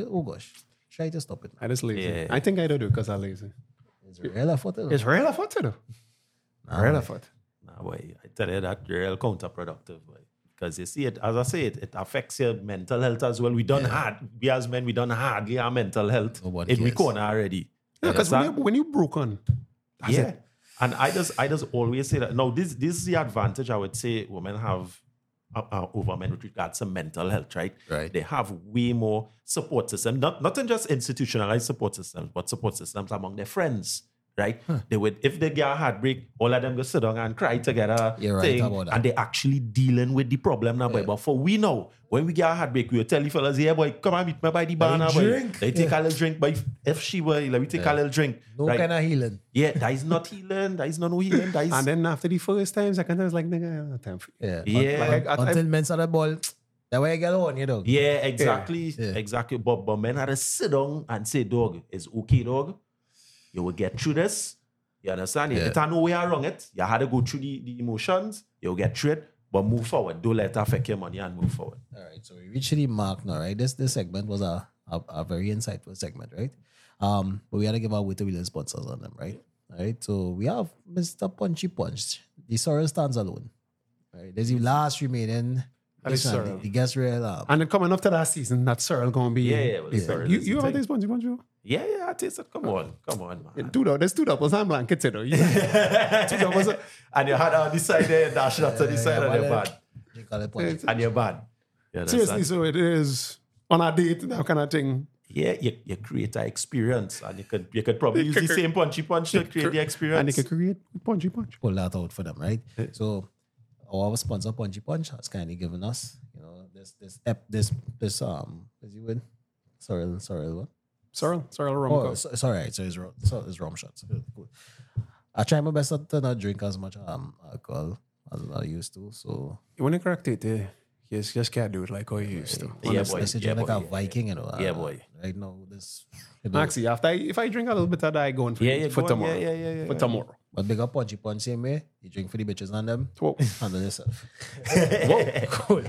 S3: oh gosh, try to stop it.
S1: I just lazy.
S4: Yeah.
S1: I think I don't do because I'm lazy.
S3: It's real effort. you know.
S1: It's real effort to do. real effort.
S4: Nah, boy, I tell you that real counterproductive, boy. Because you see it, as I say, it, it affects your mental health as well. We done hard, we as men, we done hardly our mental health.
S3: Nobody
S4: it we
S3: cares.
S4: corner already.
S1: Because when,
S4: Understand?
S1: you- when you broke on, that's
S4: yeah.
S1: it.
S4: And I just I just always say that. No, this this is the advantage I would say women have uh, uh, over men with regards to mental health, right?
S3: Right.
S4: uh, They have way more support system, not not in just institutionalized support systems, but support systems among their friends, right? They would, if they get a heartbreak, all of them go sit down and cry together.
S3: You're right
S4: thing,
S3: about that.
S4: And they actually dealing with the problem now, boy. But for we know, when we get a heartbreak, we will tell the fellas, yeah, boy, come and meet me by the bar now, boy.
S3: drink.
S4: They take a little drink, but if, if she were, let me take a little drink.
S3: No
S4: right?
S3: kind of healing.
S4: yeah, that is not healing. That is not no healing. That is
S1: And then after the first time, second time, it's like, nigga, I don't have time for you.
S3: Yeah.
S4: yeah.
S1: Like, I, I,
S3: Until men start the ball, that way you get on, you know.
S4: Yeah, exactly.
S3: Yeah.
S4: Exactly. But, but men had to sit down and say, dog, it's okay, dog. You will get through this. You understand? If
S3: Yeah.
S4: It's no way around it. You had to go through the, the emotions. You'll get through it. But move forward. Don't let it affect your money and move forward.
S3: All right, so we reached the mark now, right? This this segment was a, a, a very insightful segment, right? Um, but we had to give our way to wheel sponsors on them, right? All right, so we have Mr. Punchy Punch. The sorrel stands alone. All right, there's the last remaining.
S1: That is
S3: Listen,
S1: sorrel.
S3: The, the guest real um,
S1: and then coming after that season, that Cyril gonna be.
S4: Yeah, yeah, well,
S1: is-
S4: Cyril
S1: You,
S4: is
S1: you
S4: the
S1: ever
S4: thing.
S1: taste Bungie Bungie?
S4: Yeah, yeah, I taste it. Come on. Come on, man.
S1: Two doubles. There's two doubles. I'm blankets, you know. You-
S4: and you had on this side there, dash that to
S3: yeah,
S4: the side,
S3: yeah,
S4: and you're
S3: well,
S4: bad.
S3: they call it Punchy.
S4: And you're bad. You understand?
S1: Seriously, so it is on a date, that kind of thing.
S4: Yeah, you, you create an experience, and you could you could probably use the
S1: cr-
S4: same punchy punch to create the experience.
S1: And they can create Bungie Bunch.
S3: pull that out for them, right? So our sponsor Punchy Punch has kindly given us, you know, this this ep, this this um as you would sorrel sorrel one.
S1: Cyril, Cyril
S3: Oh,
S1: Romco.
S3: so, sorry. right. So it's rum, so it's rum shots. Cool. I try my best not to not drink as much um alcohol as I used to. So
S1: when you correct it, eh, you just, just can't do it like how you used to.
S4: Yeah,
S3: honest-
S4: boy.
S3: let's say
S4: Yeah,
S3: drink like
S4: boy.
S3: a Viking, you know.
S4: Yeah,
S3: uh,
S4: boy.
S3: Right now, this. You know,
S1: Maxi, after I, if I drink a little bit of that, I go in for,
S4: Yeah, yeah,
S1: for
S4: go on.
S1: tomorrow.
S4: Yeah, yeah, yeah, yeah,
S1: For
S4: yeah.
S1: tomorrow.
S3: but big up punchy punch same way. You drink for the bitches and them.
S1: Whoa.
S3: Handle yourself.
S1: Whoa. cool.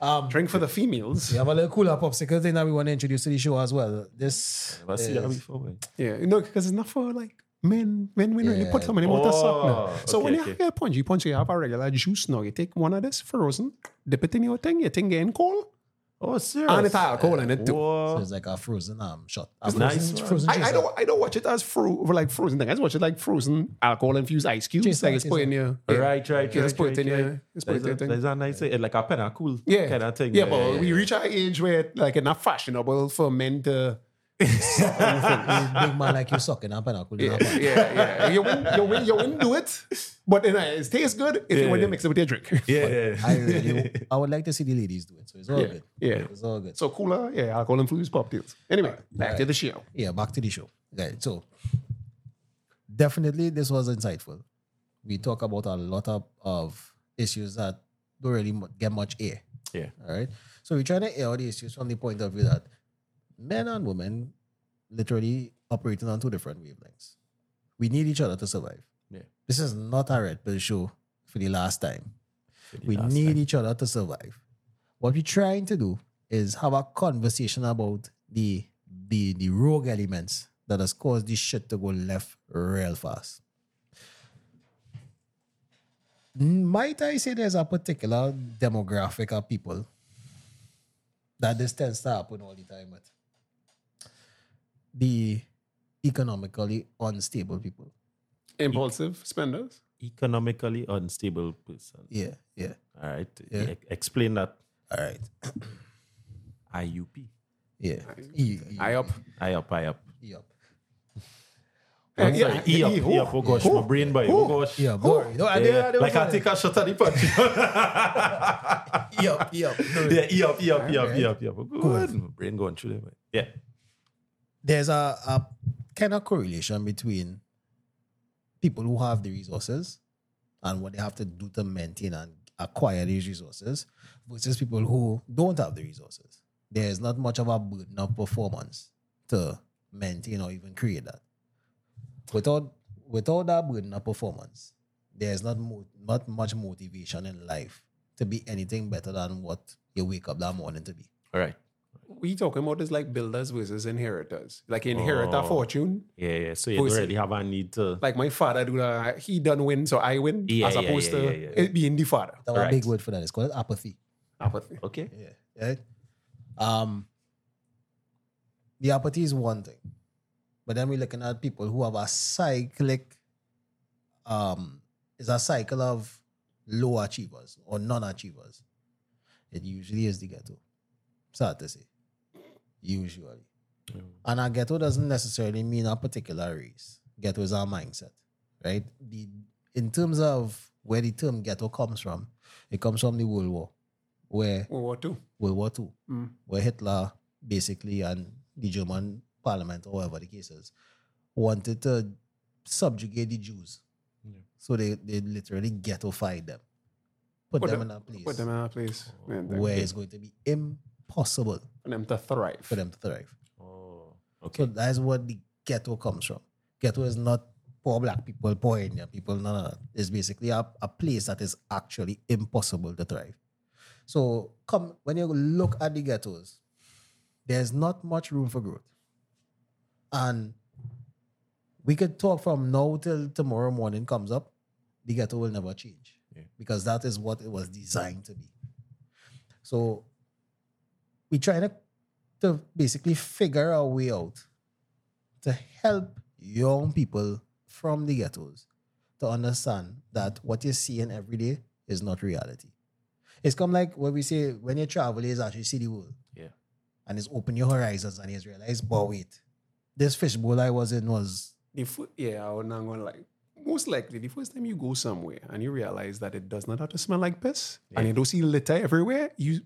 S1: Um, drink for the females.
S3: We have a little cooler popsicle thing that we want to introduce to the show as well. This.
S4: Never see that
S3: is-
S4: before, boy.
S1: Yeah, no, because it's not for like men. Men, we really put so many water sock now.
S4: Oh,
S1: So
S4: okay,
S1: when you
S4: okay.
S1: have a punch, you punch, you have a regular juice now. You take one of this frozen, dip it in your thing, your thing getting cold,
S4: Oh, serious?
S1: and it's alcohol in it too.
S3: So
S4: Whoa.
S3: it's like a frozen um shot. A
S4: nice,
S3: frozen-
S4: man.
S3: Frozen
S1: I, I
S3: chaser.
S1: don't, I don't watch it as fro- like frozen thing. I just watch it like frozen alcohol infused ice cubes.
S3: Just
S1: like
S3: like
S1: it's
S3: it's
S1: put
S3: a-
S1: in your
S4: Right, right, right.
S1: Yeah, just put
S4: right,
S1: it in
S4: right.
S1: your, just put it
S4: There's
S1: in
S4: a,
S1: your thing.
S4: there's a nice, eh, like a pen and cool
S1: Yeah.
S4: kind of thing.
S1: Yeah, but we reach our age where it, like it's not fashionable for men to.
S3: Big man like you sucking up and I couldn't
S1: Yeah, yeah. You win, you win, you win. Do it, but it, it tastes good if you when they mix it with your drink.
S4: Yeah, yeah.
S3: I really, I would like to see the ladies do it. So it's all
S1: Yeah,
S3: good.
S1: yeah.
S3: it's all good.
S1: So cooler, yeah, alcohol infused cocktails. Anyway, back to the show.
S3: yeah, back to the show. Right. So definitely this was insightful. We talk about a lot of, of issues that don't really mu- get much air.
S4: Yeah.
S3: All right. So we're trying to air the issues from the point of view that men and women literally operating on two different wavelengths. We need each other to survive.
S4: Yeah.
S3: This is not a red pill show for the last time. We
S4: Last
S3: need
S4: time.
S3: each other to survive. What we're trying to do is have a conversation about the the the rogue elements that has caused this shit to go left real fast. Might I say there's a particular demographic of people that this tends to happen all the time with. The economically unstable people.
S1: Impulsive spenders.
S4: economically unstable person.
S3: Yeah, yeah.
S4: All right.
S3: Yeah.
S4: E- explain that
S3: All right.
S4: IUP.
S3: Yeah. E- e-
S1: I up.
S4: I up, I up.
S3: e up.
S1: Yeah,
S4: Sorry, E up, E up. Oh gosh, my brain boy. Oh gosh.
S3: Yeah, boy. No, I did, I
S4: Yeah,
S3: did
S4: like I
S3: before.
S4: take a shot at the punch.
S3: E up, e up. No,
S4: yeah, E up, E up, E up, E
S3: Alright.
S4: up, E up. Good. My brain going through there, man. Yeah.
S3: There's a, a kind of correlation between people who have the resources and what they have to do to maintain and acquire these resources versus people who don't have the resources. There's not much of a burden of performance to maintain or even create that. Without without that burden of performance, there's not mo- not much motivation in life to be anything better than what you wake up that morning to be.
S4: All right.
S1: We talking about this like builders versus inheritors. Like inherit
S4: Oh.
S1: a fortune.
S4: Yeah, yeah. So you don't
S1: Pussy.
S4: really have a need to.
S1: Like my father do that. He done win, so I win.
S4: Yeah,
S1: as
S4: yeah,
S1: opposed
S4: yeah,
S1: to
S4: yeah, yeah.
S1: it being the father.
S3: That's a
S4: Right.
S3: big word for that. It's called apathy.
S1: Apathy.
S4: Okay.
S3: Yeah. Right? Um, the apathy is one thing, but then we're looking at people who have a cyclic, um, is a cycle of low achievers or non-achievers. It usually is the ghetto. Sad to say, usually. And a ghetto doesn't necessarily mean a particular race. ghetto is our mindset, right? The in terms of where the term ghetto comes from, it comes from the World War, where
S1: World War II.
S3: World War Two,
S1: Mm.
S3: where Hitler basically and the German Parliament, or whatever the case is, wanted to subjugate the Jews. So they, they literally ghettofied them, put, them, in a place
S1: Put them in a place and then
S3: where it's going to be impossible
S1: for them to thrive.
S3: for them to thrive.
S4: Oh,
S3: So
S4: okay.
S3: that is what the ghetto comes from. Ghetto is not poor black people, poor Indian people. No, no, no. It's basically a, a place that is actually impossible to thrive. So come when you look at the ghettos, there's not much room for growth. And we could talk from now till tomorrow morning comes up, the ghetto will never change.
S4: Yeah.
S3: Because that is what it was designed to be. So we try to, to basically figure our way out to help young people from the ghettos to understand that what you're seeing every day is not reality. It's come like what we say when you travel is actually see the world
S4: Yeah.
S3: and it's open your horizons and it's realized, but wait, this fishbowl I was in was
S1: The food, yeah, I would not gonna like. Most likely, the first time you go somewhere and you realize that it does not have to smell like piss, and you don't see litter everywhere, you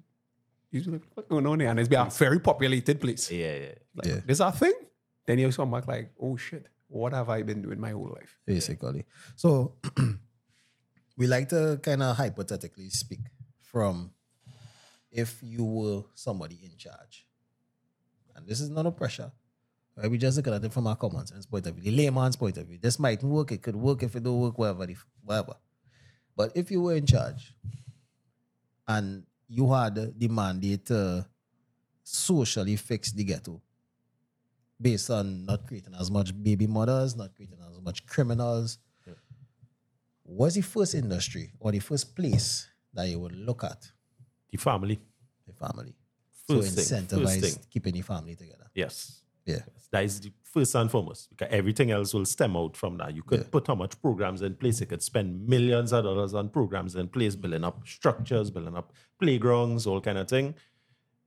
S1: you like what's going on here, and it's be a very populated place.
S4: Yeah, yeah.
S1: Like,
S3: Yeah.
S1: This a thing. Then you come back like, oh shit, what have I been doing my whole life?
S3: basically. So we like to kind of hypothetically speak from if you were somebody in charge. And this is not a pressure. Right? We just looking at it from our common sense point of view, the layman's point of view. This mightn't work, it could work if it don't work, whatever, the f- whatever. But if you were in charge and you had the mandate to socially fix the ghetto, based on not creating as much baby mothers, not creating as much criminals. What's the first industry or the first place that you would look at
S4: The family.
S3: the family?
S4: First
S3: so
S4: thing. First
S3: incentivize
S4: thing.
S3: keeping the family together.
S4: Yes.
S3: Yeah.
S4: That is the first and foremost. Because everything else will stem out from that. You could put how much programs in place. You could spend millions of dollars on programs in place, building up structures, building up playgrounds, all kind of thing.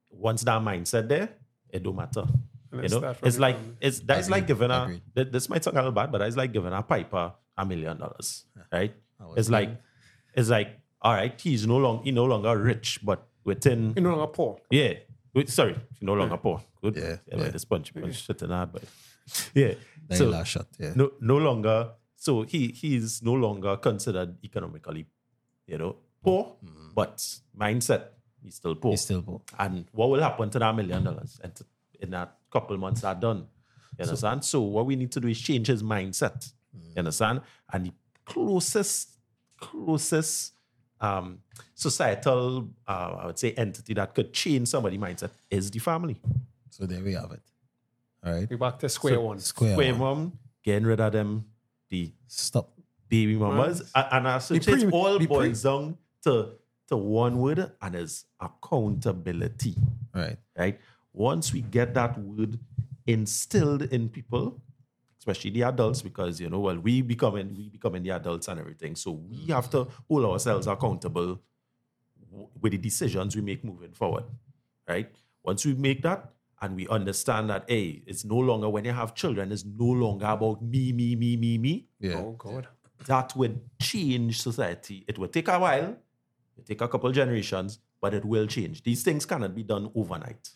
S4: Once that mindset there, it don't matter. You
S1: Let's
S4: know,
S1: start from
S4: it's
S1: the
S4: like
S1: family.
S4: it's that's like giving a
S3: Agreed.
S4: th- this might sound a little bad, but it's like giving a piper a million dollars, right?
S3: was
S4: It's like
S3: thinking-
S4: it's like all right, he's no longer he no longer rich, but within
S1: You know, like poor.
S4: yeah. Wait, sorry, no longer poor. Good.
S3: Yeah,
S4: Yeah.
S3: yeah.
S4: Like this bunch, bunch shit in that, but yeah.
S3: Then your
S4: So
S3: last shot. Yeah.
S4: no, no longer. So he he's no longer considered economically, you know, poor. But mindset, he's still poor.
S3: It's Mm. still poor.
S4: and what will happen to that million dollars? And to- in a couple months, are done. You understand? So what we need to do is change his mindset.
S1: Mm.
S4: You understand? And the closest, closest um, societal, uh, I would say, entity that could change somebody's mindset is the family.
S3: So there we have it. All right.
S1: We back to square one.
S3: Square.
S4: Where
S3: one.
S4: mom getting rid of them, the
S3: Stop.
S4: baby mamas,
S1: Right.
S4: and, and I
S1: The
S4: associate
S1: pre-
S4: all
S1: the pre-
S4: boils down to to one word, and is accountability.
S3: All right.
S4: right? Once we get that word instilled in people, especially the adults, because you know, well, we becoming we becoming the adults and everything, so we have to hold ourselves accountable w- with the decisions we make moving forward, right? Once we make that and we understand that, hey, it's no longer when you have children, it's no longer about me, me, me, me, me
S3: Yeah.
S1: Oh god.
S4: that would change society. It will take a while, it will take a couple generations, but it will change. These things cannot be done overnight.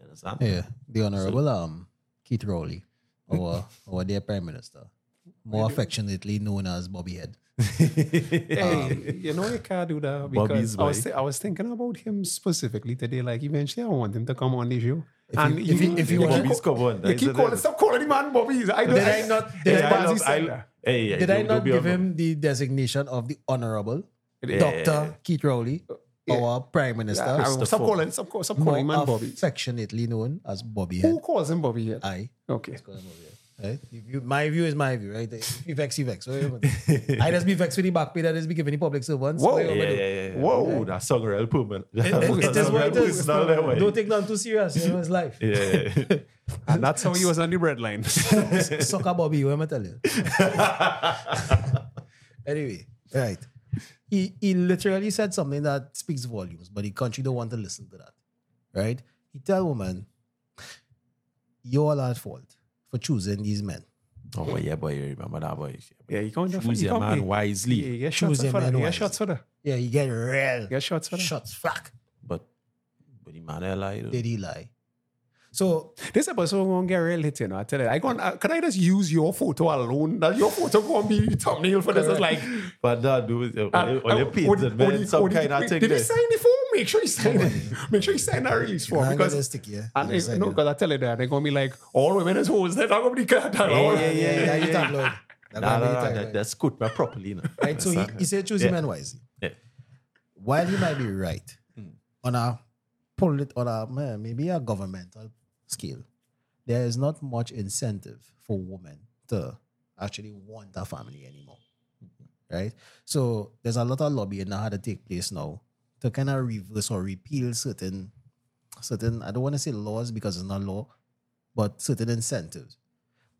S4: You understand?
S3: Yeah. The Honorable um, Keith Rowley, our, our dear Prime Minister, more affectionately known as Bobby Head. Um,
S4: Um,
S1: Hey, you know you can't do that because
S4: Bobby's
S1: I was,
S4: boy.
S1: thi- I was thinking about him specifically today. Like eventually, I want him to come on the show.
S3: If you- if you- if you
S1: keep
S3: wanna-
S4: Bobby's come on,
S1: you
S4: isn't
S1: keep
S4: it?
S1: calling. Stop calling the man Bobby's. I don't.
S3: Did I not-
S4: Hey,
S3: did
S1: It's
S3: I
S1: Banzi
S4: love- I-
S1: said that.
S4: hey, hey,
S3: Did I
S4: don't- don't
S3: not
S4: be
S3: give
S4: on-
S3: him the designation of the Honorable
S1: Yeah.
S3: Dr. Keith Rowley, our Prime Minister,
S1: Uh, Yeah,
S4: Christopher.
S1: Stop calling. Stop, call- stop
S3: more
S1: calling man Bobby.
S3: affectionately known as Bobby Head?
S1: Who calls him Bobby yet?
S3: I.
S1: Okay.
S3: Call him Bobby Head. Right? If you- my view is my view, right? If you vex, you vex. What you want? I just be vexed with the back pay that is be giving the public servants.
S1: Whoa.
S3: What you
S4: Yeah,
S3: want
S4: yeah,
S3: to do?
S4: yeah, yeah.
S1: Whoa.
S4: Whoa, that song real poor, man.
S3: It is what it is.
S4: Not that way.
S3: Don't take none too serious. You know, it's life.
S4: Yeah.
S1: And that's how he was on the bread line.
S3: Soccer Bobby, what am I telling you? anyway, right. He, he literally said something that speaks volumes, but the country don't want to listen to that. Right? He tell women, you all are at fault for choosing these men.
S4: Oh, yeah, boy, you remember that, boy.
S1: Yeah, you can't
S4: Choose
S1: you
S4: your
S1: can't-
S4: man
S1: yeah,
S4: wisely.
S1: You get
S3: Choose
S1: shots
S3: your
S1: for that.
S3: man
S1: You get
S3: wisely.
S1: shots for that.
S3: Yeah, he get real.
S1: You get shots for that.
S3: Shots flack.
S4: But, but Emmanuel lied.
S3: Did he lie? So
S1: This episode gonna get real hit, you know. I tell you, I gonna uh, can I just use your photo alone? That your photo gonna be thumbnail for this. It's like
S4: But that dude, uh,
S1: uh,
S4: on
S1: uh,
S4: your pizza,
S1: would-
S4: man,
S1: would-
S4: some
S1: would-
S4: kind of
S1: wait,
S4: thing.
S1: Did he
S4: there.
S1: sign the form? Make sure you sign it. Make sure you sign that release form
S3: I'm
S1: because.
S3: gonna stick here.
S1: And
S3: Yes,
S1: it's-
S3: I
S1: no,
S3: do.
S1: because I tell you that they're gonna be like, all women is hoes. They're not gonna be cut down.
S4: Yeah,
S3: yeah, yeah, yeah, you talk loud.
S4: Nah,
S3: That gonna be
S4: nah,
S3: you
S4: nah,
S3: talk
S4: that,
S3: loud.
S4: that's good, but properly. No.
S3: Right, so he, he said choose
S4: Yeah.
S3: him and wisely.
S4: Yeah. Hmm.
S3: While he might be right on a polit on a man, maybe a governmental scale, there is not much incentive for women to actually want a family anymore.
S4: Hmm.
S3: Right? So there's a lot of lobbying that had to take place now to kind of reverse or repeal certain certain I don't want to say laws because it's not law, but certain incentives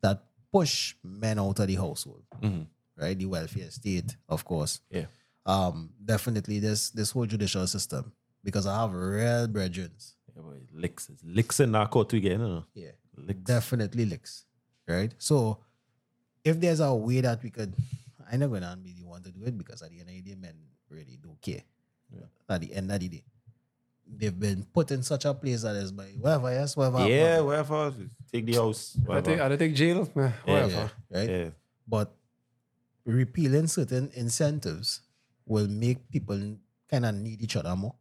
S3: that push men out of the household
S4: Mhm.
S3: right? The welfare state, of course.
S4: Yeah.
S3: Um, definitely this this whole judicial system because I have real brethren.
S4: Yeah, boy, Licks, licks in that court again. You know?
S3: Yeah.
S4: Licks.
S3: Definitely licks. Right? So if there's a way that we could I know gonna be the one to do it because at the end of the day, men really do care. At the end of the day. They've been put in such a place that is by whatever, yes, whatever.
S4: yeah, whatever. Take the house.
S1: I
S4: Whatever.
S1: think, I don't think jail. eh,
S4: Yeah.
S1: whatever.
S3: yeah, right?
S4: yeah.
S3: but repealing certain incentives will make people kind of need each other more.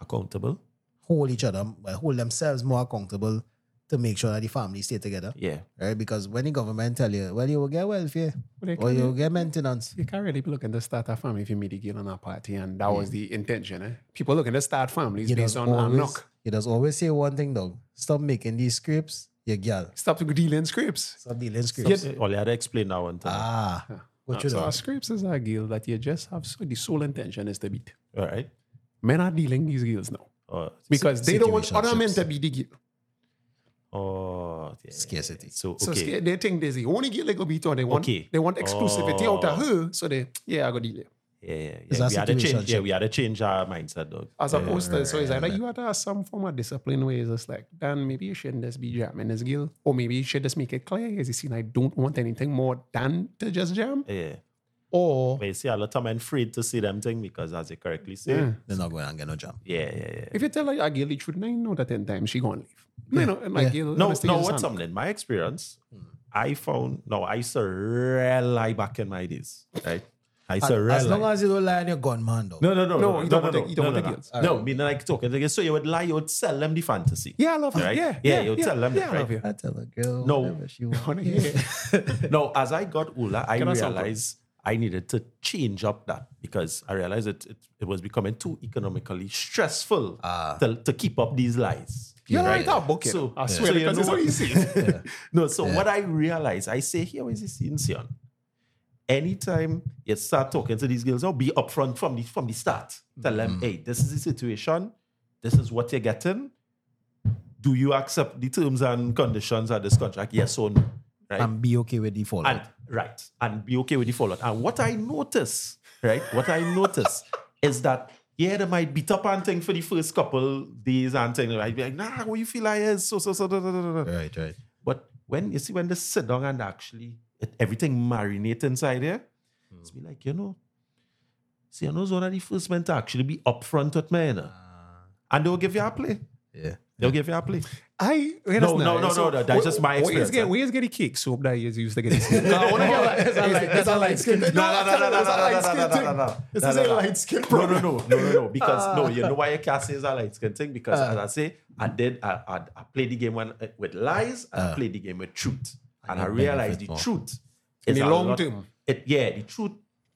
S4: Accountable.
S3: hold each other, well, hold themselves more accountable to make sure that the family stay together,
S4: Yeah.
S3: right? Because when the government tell you, well, you will get welfare
S1: But they
S3: or
S1: can't-
S3: you will get maintenance,
S1: You can't really be looking to start a family if you meet a girl on a party, and that was the intention. Eh? People looking to start families
S3: you
S1: based on
S3: does
S1: a
S3: always,
S1: knock.
S3: you does always say one thing though: stop making these scripts, your girl.
S1: Stop dealing scrapes.
S3: Stop dealing scripts.
S1: Yes.
S4: Well, I had to explain that one time.
S3: Ah, what you
S1: so
S3: know?
S1: a scrapes is a girl that you just have so the sole intention is to beat.
S4: All right.
S1: Men are dealing these girls now
S4: Uh,
S1: because they don't want other men
S3: Situationships.
S1: to be the girl.
S4: oh, yeah.
S3: Scarcity.
S4: So, okay.
S1: So sca- they think there's the only girl they go beat on. They want
S4: Okay. Oh.
S1: they want exclusivity out of her. So they yeah I go deal. it.
S4: yeah, yeah,
S3: Is
S4: yeah.
S3: that
S4: We had to change. Yeah,
S3: situationship?
S4: we had to change our mindset, dog.
S1: As
S4: yeah.
S1: opposed to so it's like you had to have some form of discipline where it's just like Dan maybe you shouldn't just be jamming this girl or maybe you should just make it clear as you seen I don't want anything more than to just jam
S4: Yeah.
S1: or
S4: But you see, a lot of men afraid to see them thing because, as you correctly say, yeah,
S1: Yeah.
S3: They're not going and get no job.
S4: yeah, yeah. yeah.
S1: If you tell her a girl the truth, nine out of ten times she gonna leave. No, no, and like girl,
S4: No,
S1: honestly,
S4: no,
S1: you
S4: what's
S1: understand.
S4: something in my experience?
S1: Hmm.
S4: I found no, I used to really lie back in my days, right? I used to really
S3: As long
S4: lie.
S3: as you don't lie on your gun, man, though.
S4: no, no, no,
S1: No,
S4: no,
S1: you
S4: no,
S1: don't
S4: no,
S1: want
S4: no,
S1: the- you
S4: no,
S1: don't
S4: no,
S1: want the
S4: no,
S1: girls.
S4: no. Meaning like talking to girls. so you would lie, you would sell them the fantasy.
S1: Yeah, I love you.
S4: Right?
S1: Yeah,
S4: Yeah,
S1: yeah,
S4: you
S1: yeah,
S4: tell them that,
S1: Yeah, I
S4: right?
S1: love you.
S3: I tell a girl
S4: No.
S3: whatever she wants.
S1: Yeah.
S4: No, as I got older, I
S1: Can I sample?
S4: realized I needed to change up that because I realized it it, it was becoming too economically stressful to, to keep up these lies.
S1: You're right, I'll book it.
S4: So-
S1: I
S4: so
S1: swear,
S4: you
S1: because it's
S4: know-
S1: so easy.
S4: No, so what I realized, I say, here is this insion. Anytime you start talking to these girls, oh, be upfront from the from the start. Tell them, hey, this is the situation, this is what you're getting. Do you accept the terms and conditions of this contract? Yes or no. Right.
S3: And be okay with the fallout.
S4: and right. And be okay with the fallout. And what I notice, right? What I notice is that yeah, they might beat up on thing for the first couple days and thing. Right? Be like, nah, what you feel I is so so so da, da, da, da, da.
S3: right, right.
S4: But when you see when they sit down and actually it, everything marinate inside here, it's be like, you know, see, I know it's one of the first men to actually be upfront with me, you know. and they'll give you a play.
S3: Yeah.
S4: They'll give you a play.
S1: I wait,
S4: No,
S1: that's
S4: no,
S1: nice.
S4: no, no, no, that's just my
S1: Where is
S4: experience,
S1: get
S4: eh?
S1: where is get the cake soap that you used to get? It's it's a light skin. No,
S4: No, no, no, no, no,
S1: it's a
S4: no,
S1: light
S4: no,
S1: skin
S4: no, no, no,
S1: thing.
S4: no.
S1: This
S4: No,
S1: is
S4: no,
S1: a
S4: no.
S1: light skin
S4: No,
S1: problem.
S4: no, no, no, no, no. Because no, you know why I can't say it's a light skin thing? Because as I say, I did I, I, I played the game when, eh, with lies, and I played the game with truth. And I
S3: you
S4: realized
S3: benefit
S4: the
S3: more.
S4: truth
S1: In
S4: is
S1: the
S4: a
S1: long
S4: lot-
S1: term.
S4: It yeah, the truth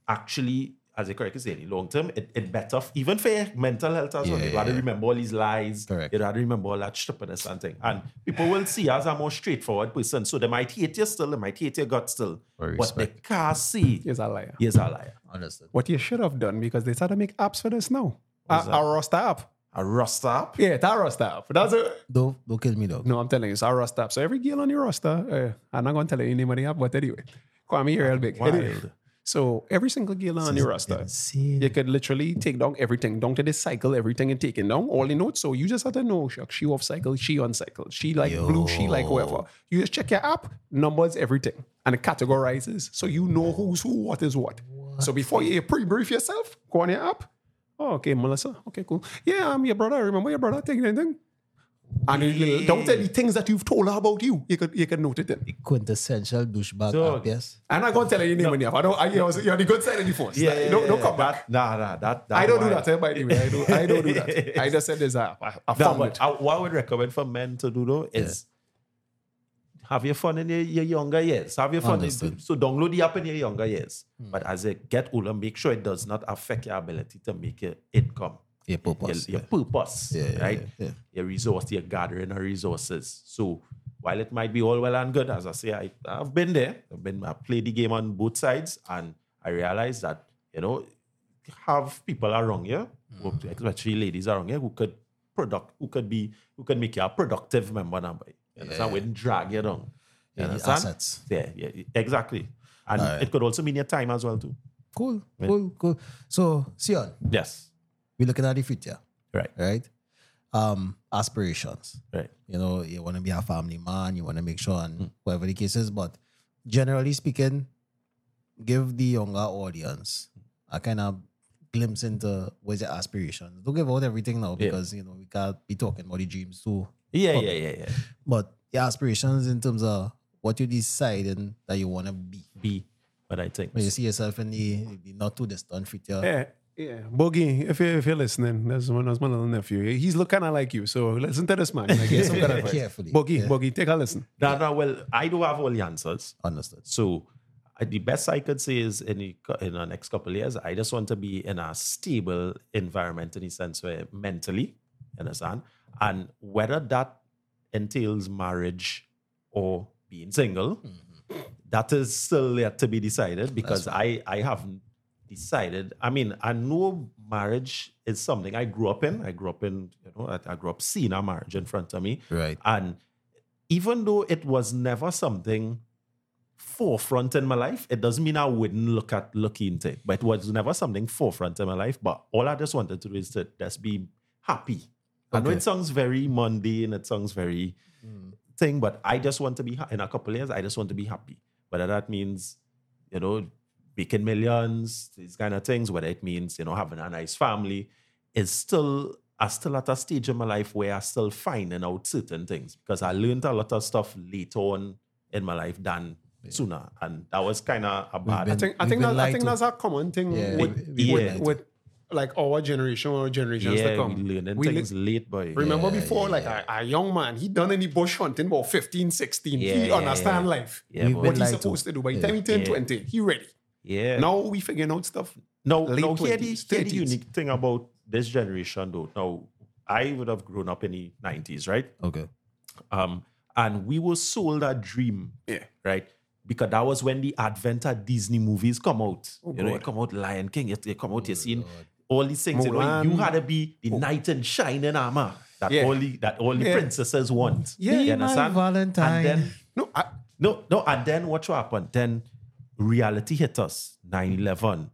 S4: actually, as I correctly say, in the long term, it, it better even for your mental health as well.
S3: Yeah,
S4: You gotta
S3: yeah.
S4: remember all these lies.
S3: Correct.
S4: You gotta remember all that stupidness and thing. And people will see you as a more straightforward person. So they might hate you still, they might hate your gut still.
S3: Or
S4: But they
S3: respect.
S4: can't see
S1: He's a liar.
S4: he's a liar.
S3: Understood.
S1: What you should have done because they started to make apps for this now. A
S4: What's that?
S1: a Rasta app.
S4: A rust up.
S1: Yeah, it's a Rasta app. That's it.
S3: Don't, don't kill me, dog.
S1: No, I'm telling you, it's our roster. So every girl on your roster, uh, I'm not going to tell you anybody up, but anyway, Kwame, you're real big. Anyway,
S4: Wild.
S1: So every single girl on the roster,
S3: See,
S1: you could literally take down everything, down to the cycle, everything and taking down all the notes. So you just have to know, shuck, she off cycle, she on cycle, she like blue, she like whoever. You just check your app, numbers, everything, and it categorizes. So you know who's who, what is what. So before you pre-brief yourself, go on your app. Oh, okay, Melissa. Okay, cool. Yeah, I'm your brother. I remember your brother taking anything. And you little- don't tell the things that you've told her about you. You could you could note it then.
S3: quintessential douchebag
S4: Dog.
S3: app, yes.
S1: I'm not gonna tell her your name when you have. I don't I, you know, you're on the good side of the force.
S4: Yeah, yeah,
S1: don't,
S4: yeah,
S1: don't come
S4: yeah.
S1: back.
S4: That, nah, nah, that, that
S1: I don't do
S4: why-
S1: that, eh, by the way. I don't, I don't do that. I just said there's a, I, I
S4: No,
S1: found
S4: but
S1: it.
S4: I- what I would recommend for men to do though is have your fun in your, your younger years. Have your fun. in-
S3: Understood.
S4: so download the app in your younger years.
S1: Hmm.
S4: But as you get older, make sure it does not affect your ability to make your income,
S3: Yeah,
S4: your,
S3: purpose.
S4: your
S3: yeah.
S4: purpose,
S3: Yeah, yeah,
S4: right?
S3: yeah, yeah.
S4: Your resource, your gathering of resources. So while it might be all well and good, as I say, I, I've been there. I've been I played the game on both sides, and I realized that you know have people around you, who- especially ladies around you, who could product, who could be, who could make you a productive member number. You understand? Wouldn't drag you down. You
S3: Yeah, the
S4: understand?
S3: assets.
S4: Yeah, yeah, exactly. And
S3: Alright.
S4: it could also mean your time as well too.
S3: Cool, cool, cool. So, Sion,
S4: Yes.
S3: we're looking at the future,
S4: Right.
S3: right? Um, aspirations.
S4: Right.
S3: You know, you want to be a family man, you want to make sure,
S1: Hmm.
S3: and whatever the case is. But generally speaking, give the younger audience a kind of glimpse into what's your aspirations. Don't give out everything now
S4: Yeah.
S3: because, you know, we can't be talking about the dreams too.
S4: Yeah, yeah, yeah, yeah.
S3: But your aspirations in terms of what you deciding that you want to be.
S4: Be what I think.
S3: When you see yourself in the, the not too distant future.
S1: Yeah, yeah. Boogie, if you're, if you're listening, that's my, that's my little nephew. He's look kind of like you. So listen to this man. Like, here's some kind of advice.
S3: Carefully,
S1: Boogie,
S3: yeah.
S1: Boogie, take a listen.
S4: No, no, well, I do have all the answers.
S3: Understood.
S4: So uh, the best I could say is in the, co- in the next couple of years, I just want to be in a stable environment in the sense where mentally, you understand? And whether that entails marriage or being single, that is still yet to be decided because I, I haven't decided. I mean, I know marriage is something I grew up in. I grew up in, you know, I, I grew up seeing a marriage in front of me.
S3: Right.
S4: And even though it was never something forefront in my life, it doesn't mean I wouldn't look at look into it. But it was never something forefront in my life. But all I just wanted to do is to just be happy. I know
S3: Okay.
S4: it sounds very mundane, it sounds very
S1: Mm.
S4: thing, but I just want to be ha- in a couple of years, I just want to be happy. Whether that means, you know, making millions, these kind of things, whether it means, you know, having a nice family, is still I still at a stage in my life where I still finding out certain things because I learned a lot of stuff later on in my life than sooner. And that was kind of a bad
S1: I think, I
S3: We've
S1: think,
S3: been
S1: that, I
S3: lied
S1: think
S3: to.
S1: that's a common thing
S3: Yeah,
S1: with,
S3: we- we've
S1: with,
S4: been lied
S1: with, like our generation or generations
S4: yeah,
S1: to
S4: we
S1: come.
S4: learning
S1: We
S4: things
S1: li-
S4: late, boy.
S1: Remember
S3: Yeah,
S1: before,
S3: yeah,
S1: like A, a young man, he done any bush hunting about 15, 16.
S4: Yeah,
S1: he
S4: yeah,
S1: understand
S4: yeah.
S1: life.
S4: yeah,
S3: We've
S4: boy.
S1: What
S3: been
S1: he's
S3: lied to.
S1: supposed to do. By the
S3: Yeah.
S1: time he turned
S4: Yeah.
S1: 20, he ready.
S4: yeah.
S1: Now we figuring out stuff.
S4: No,
S1: late
S4: no. Here, the,
S1: 20s,
S4: here the
S1: 30s.
S4: unique thing about this generation, though. Now, I would have grown up in the nineties, right?
S3: Okay.
S4: Um, and we were sold a dream,
S1: Yeah.
S4: right? Because that was when the advent of Disney movies come out.
S1: Oh,
S4: you know,
S1: God. Oh,
S4: it come out Lion King. It, it come out. you seen all these things. You know,
S1: Mulan. Oh.
S4: you had to be the knight in shining armor that
S1: Yeah.
S4: all the that all the
S1: Yeah.
S4: princesses want.
S1: Yeah. Be
S4: you
S3: my
S4: understand?
S3: Valentine.
S4: And then
S1: No, I,
S4: no, no. And then what happened? Then reality hit us 9 11,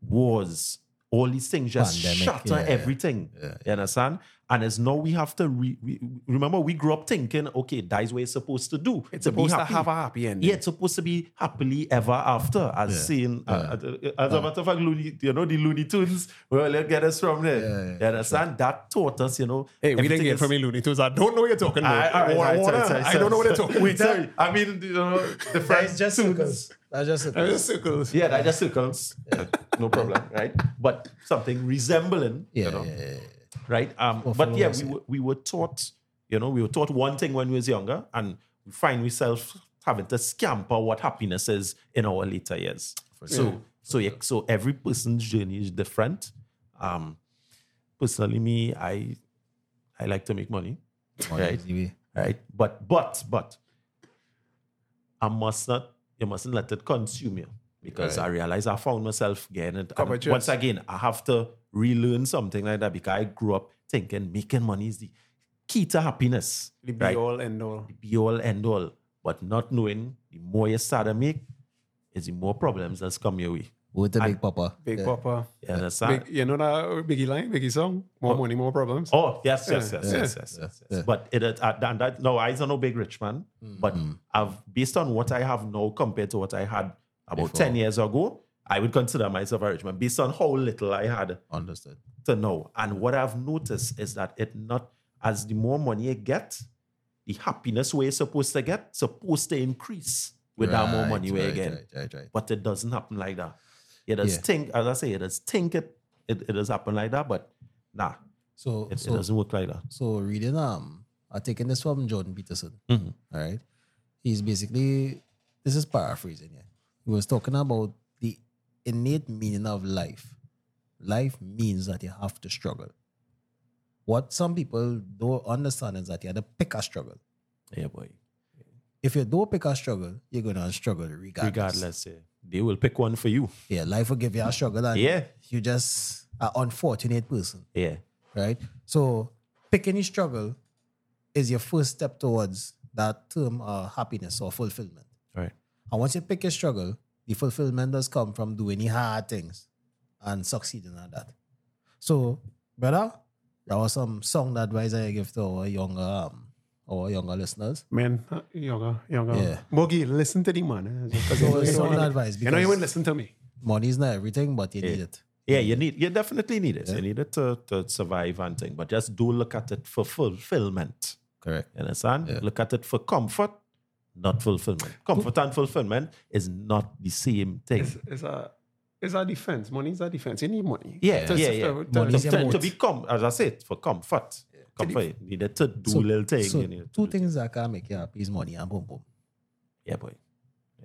S4: wars, all these things just
S3: Pandemic,
S4: shatter
S3: yeah, yeah.
S4: everything. You understand? And it's now we have to re- we, remember we grew up thinking, okay, that's what it's supposed to do.
S1: it's
S4: to be
S1: supposed to
S4: happy.
S1: have a happy ending.
S4: Yeah, it's supposed to be happily ever after, as seen uh, uh, as a matter of fact, Looney, you know the Looney Tunes. Well, let's get us from there.
S3: Yeah, yeah,
S4: you understand? That taught us, you know.
S1: Hey, we didn't
S4: everything
S1: get
S4: is-
S1: from any Looney Tunes. I don't know what you're talking about.
S4: I, all right,
S1: Or-
S4: sorry,
S1: or-
S4: sorry, sorry,
S1: I don't know what you're talking
S4: Wait,
S1: about.
S4: sorry. I mean, you know, the
S3: That's
S4: friends
S3: just circles. That's just
S1: That
S3: circles.
S1: is circles.
S4: Yeah, that just circles. no problem, right? But something resembling,
S3: Yeah,
S4: you know,
S3: yeah, yeah, yeah.
S4: right? Um,
S3: Or
S4: but
S3: follow
S4: yeah,
S3: us,
S4: we
S3: yeah.
S4: were, we were taught, you know, we were taught one thing when we was younger, and we find ourselves having to scamper what happiness is in our later years. so,
S1: sure.
S4: so, yeah, so every person's journey is different. Um, personally, me, I, I like to make money. Right.
S3: Anyway,
S4: right? But but but I must not you mustn't let it consume you because I realize I found myself getting it. And
S1: Covetous.
S4: once again, I have to relearn something like that because I grew up thinking making money is the key to happiness,
S1: The be
S4: right?
S1: all and all.
S4: Be all end all, but not knowing the more you start to make, is the more problems that's come your way.
S3: With the big papa.
S1: Big
S3: Yeah.
S1: Papa.
S4: You understand?
S1: Big, you know that Biggie line, Biggie song? More money, more problems.
S4: Oh yes, yes, yes,
S1: Yeah.
S4: yes, yes, yes, yes. But it is- uh, and that no, I don't know big rich man. But I've based on what I have now compared to what I had about ten years ago, I would consider myself a rich man based on how little I had
S2: Understood.
S4: to know. And what I've noticed is that it not as the more money you get, the happiness we're supposed to get supposed to increase with that more
S2: Right,
S4: money we're
S2: right,
S4: getting.
S2: Right, right, right.
S4: But it doesn't happen like that. It does
S3: Yeah.
S4: think, as I say, it does think it, it, it does happen like that, but nah,
S3: So,
S4: it, it
S3: so,
S4: doesn't work like that.
S3: so reading, um, I taken this from Jordan Peterson.
S4: Mm-hmm.
S3: All right. He's basically, this is paraphrasing. Yeah. He was talking about the innate meaning of life. Life means that you have to struggle. What some people don't understand is that you had to pick a struggle.
S4: Yeah, boy.
S3: If you don't pick a struggle, you're going to struggle regardless.
S4: Regardless, eh, they will pick one for you.
S3: Yeah, life will give you a struggle. And
S4: Yeah.
S3: You just an unfortunate person.
S4: Yeah.
S3: right? So pick any struggle is your first step towards that term uh, happiness or fulfillment.
S4: Right.
S3: And once you pick your struggle, the fulfillment does come from doing the hard things and succeeding at that. So, brother, there was some song advice I give to our younger um, our younger listeners.
S1: Man, uh, younger, younger.
S3: Yeah.
S1: Boogie, listen to the man. eh, 'cause
S3: So
S1: you
S3: it's
S1: don't
S3: not
S1: wanna-
S3: advice
S1: You know, you
S3: because-
S1: won't listen to me.
S3: Money's not everything, but you need it.
S4: Yeah, you need you definitely need it. You need it to, to survive and thing. But just do look at it for fulfillment.
S2: Correct.
S4: You understand? Look at it for comfort, not fulfillment. Comfort and fulfillment is not the same thing.
S1: It's, it's a it's a defense. Money is a defense. You need money.
S4: yeah,
S1: To-
S4: yeah,
S1: to-
S4: yeah.
S1: to-
S3: Money is
S1: to-
S3: a
S4: To,
S3: moat.
S4: to be com- as I said, for comfort. Comfort. You need to do little things.
S3: So
S4: you need to
S3: two
S4: do-
S3: things that can make you happy is money and boom boom.
S4: Yeah, boy.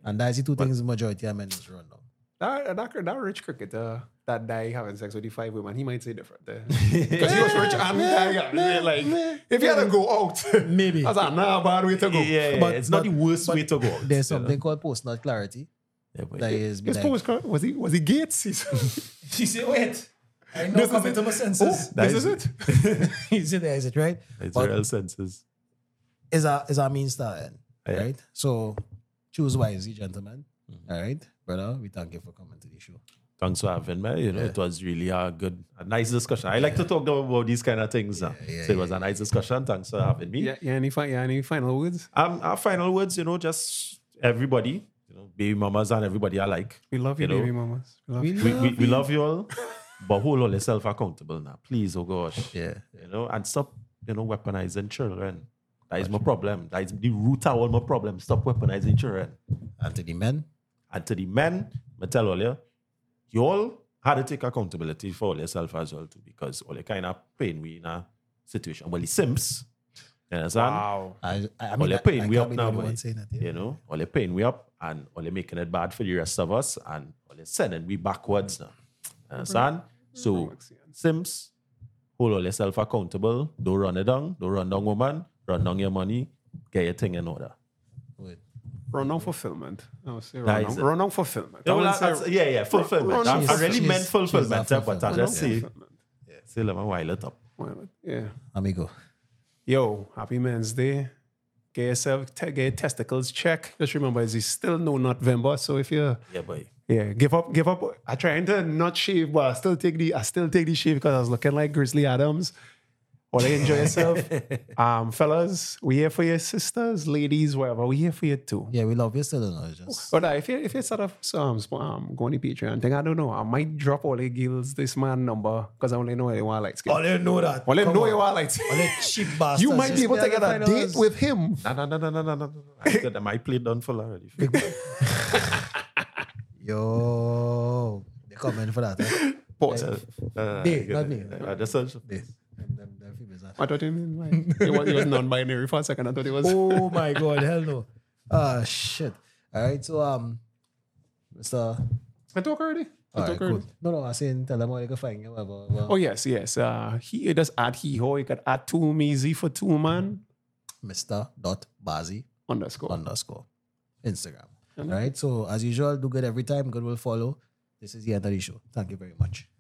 S3: And that's the two things majority of men is run now.
S1: that, that, that rich cricketer that die having sex with the five women, he might say different. uh. Because he was rich and die. having- like, if he had to go out,
S3: Maybe.
S1: that's another bad way to go.
S4: Yeah, yeah, yeah.
S3: But-
S4: it's not
S3: but-
S4: the worst
S3: but
S4: way to go.
S3: There's something called post not clarity.
S4: Yeah, boy.
S3: That is be
S1: His
S3: like,
S1: post was, called- was he was he Gates? He's-
S3: She said, wait. Oh, I know coming to my senses.
S1: this is,
S4: is-
S1: it.
S3: he said, there is it, right?
S4: It's
S3: But
S4: real senses.
S3: is our is our means to an end,
S4: Yeah.
S3: right? So choose wisely, gentlemen.
S1: Mm-hmm.
S3: All right, brother. We thank you for coming to the show.
S4: Thanks for having me. You know, it was really a good, a nice discussion. I like to talk about these kind of things. now. so it was a nice discussion. Thanks for having me.
S1: Yeah, yeah, any, fi- yeah, any final words?
S4: Um, our final words, you know, just everybody, you know, baby mamas and everybody alike.
S1: We love you,
S4: You know,
S1: baby mamas. We love you.
S4: We, we, we love you all, but hold all yourself accountable now, please. Oh gosh,
S2: Yeah.
S4: you know, and stop, you know, weaponizing children. That is my problem. That is the root of all my problem. Stop weaponizing children.
S3: And to the men,
S4: And to the men, I tell all you, you all had to take accountability for all yourself as well too, because all the kind of pain we in a situation. Well, the Sims, you understand?
S1: Wow.
S3: I, I, I
S1: Oh,
S4: All
S3: mean,
S4: the
S3: I,
S4: pain
S3: I
S4: we
S3: can't
S4: up
S3: be
S4: now,
S3: the only
S4: boy.
S3: one saying that. Yeah.
S4: you know, all they paying we up and all they making it bad for the rest of us and all they sending we backwards now. Understand? So Sims, hold all yourself accountable. Don't run it down. Don't run down woman. Run down your money. Get your thing in order.
S3: Wait.
S1: Run on fulfillment. I would Oh, say
S4: That
S1: run
S4: is
S1: on,
S4: it.
S1: run on fulfillment.
S4: Yeah,
S1: I
S4: well,
S1: wouldn't say
S4: that's- yeah, yeah, fulfillment. I, I
S3: She's-
S4: really
S3: she's-
S4: meant
S3: she's
S4: fulfillment,
S3: not
S4: eh, but I
S3: fulfilled.
S1: run on
S4: just say,
S1: fulfillment.
S4: say, let me while it up.
S1: Well, Yeah.
S3: Amigo.
S1: Yo, happy Men's Day. Get yourself, te- get your testicles checked. Just remember, it's still no November. So if you,
S4: Yeah, boy.
S1: yeah, give up, give up. I trying to not shave, but I still take the, I still take the shave because I was looking like Grizzly Adams. Or enjoy yourself, um, fellas. We here for your sisters, ladies, whatever. We here for you too.
S3: Yeah, we love you still. No, it's just
S1: But uh, if you if you set up some sp- um, going to Patreon thing, I don't know. I might drop all the gills this man number because I only know anyone likes
S3: all
S1: skin.
S3: they oh, know that.
S1: Well,
S3: Come
S1: know
S3: on.
S1: you are like
S3: All they cheap bastards.
S1: you might be
S3: just
S1: able to
S3: there
S1: get
S3: to
S1: a
S3: find
S1: date
S3: us.
S1: with him.
S4: No, no, no, no, no, no, no. no. I got my plate done full already.
S3: Yo, they come in for that. Eh?
S1: Pause.
S4: Uh,
S3: They,
S4: I
S3: not me.
S4: just,
S3: Them- them- them females are-
S1: I thought you mean like it was, it was non-binary for a second. I thought it was.
S3: oh my god, hell no. Ah shit. All right, so um, Mister.
S1: I talk already. I
S3: All right,
S1: talk already.
S3: cool. No, no, I'm saying tell them how they can find you, whatever. whatever.
S1: Oh yes, yes. Uh, he it does add he ho. He could add two measy for two man
S3: Mr. Dot Bazi
S1: underscore.
S3: underscore Instagram. All right. So as usual, do good every time. Good will follow. This is the end of the show. Thank you very much.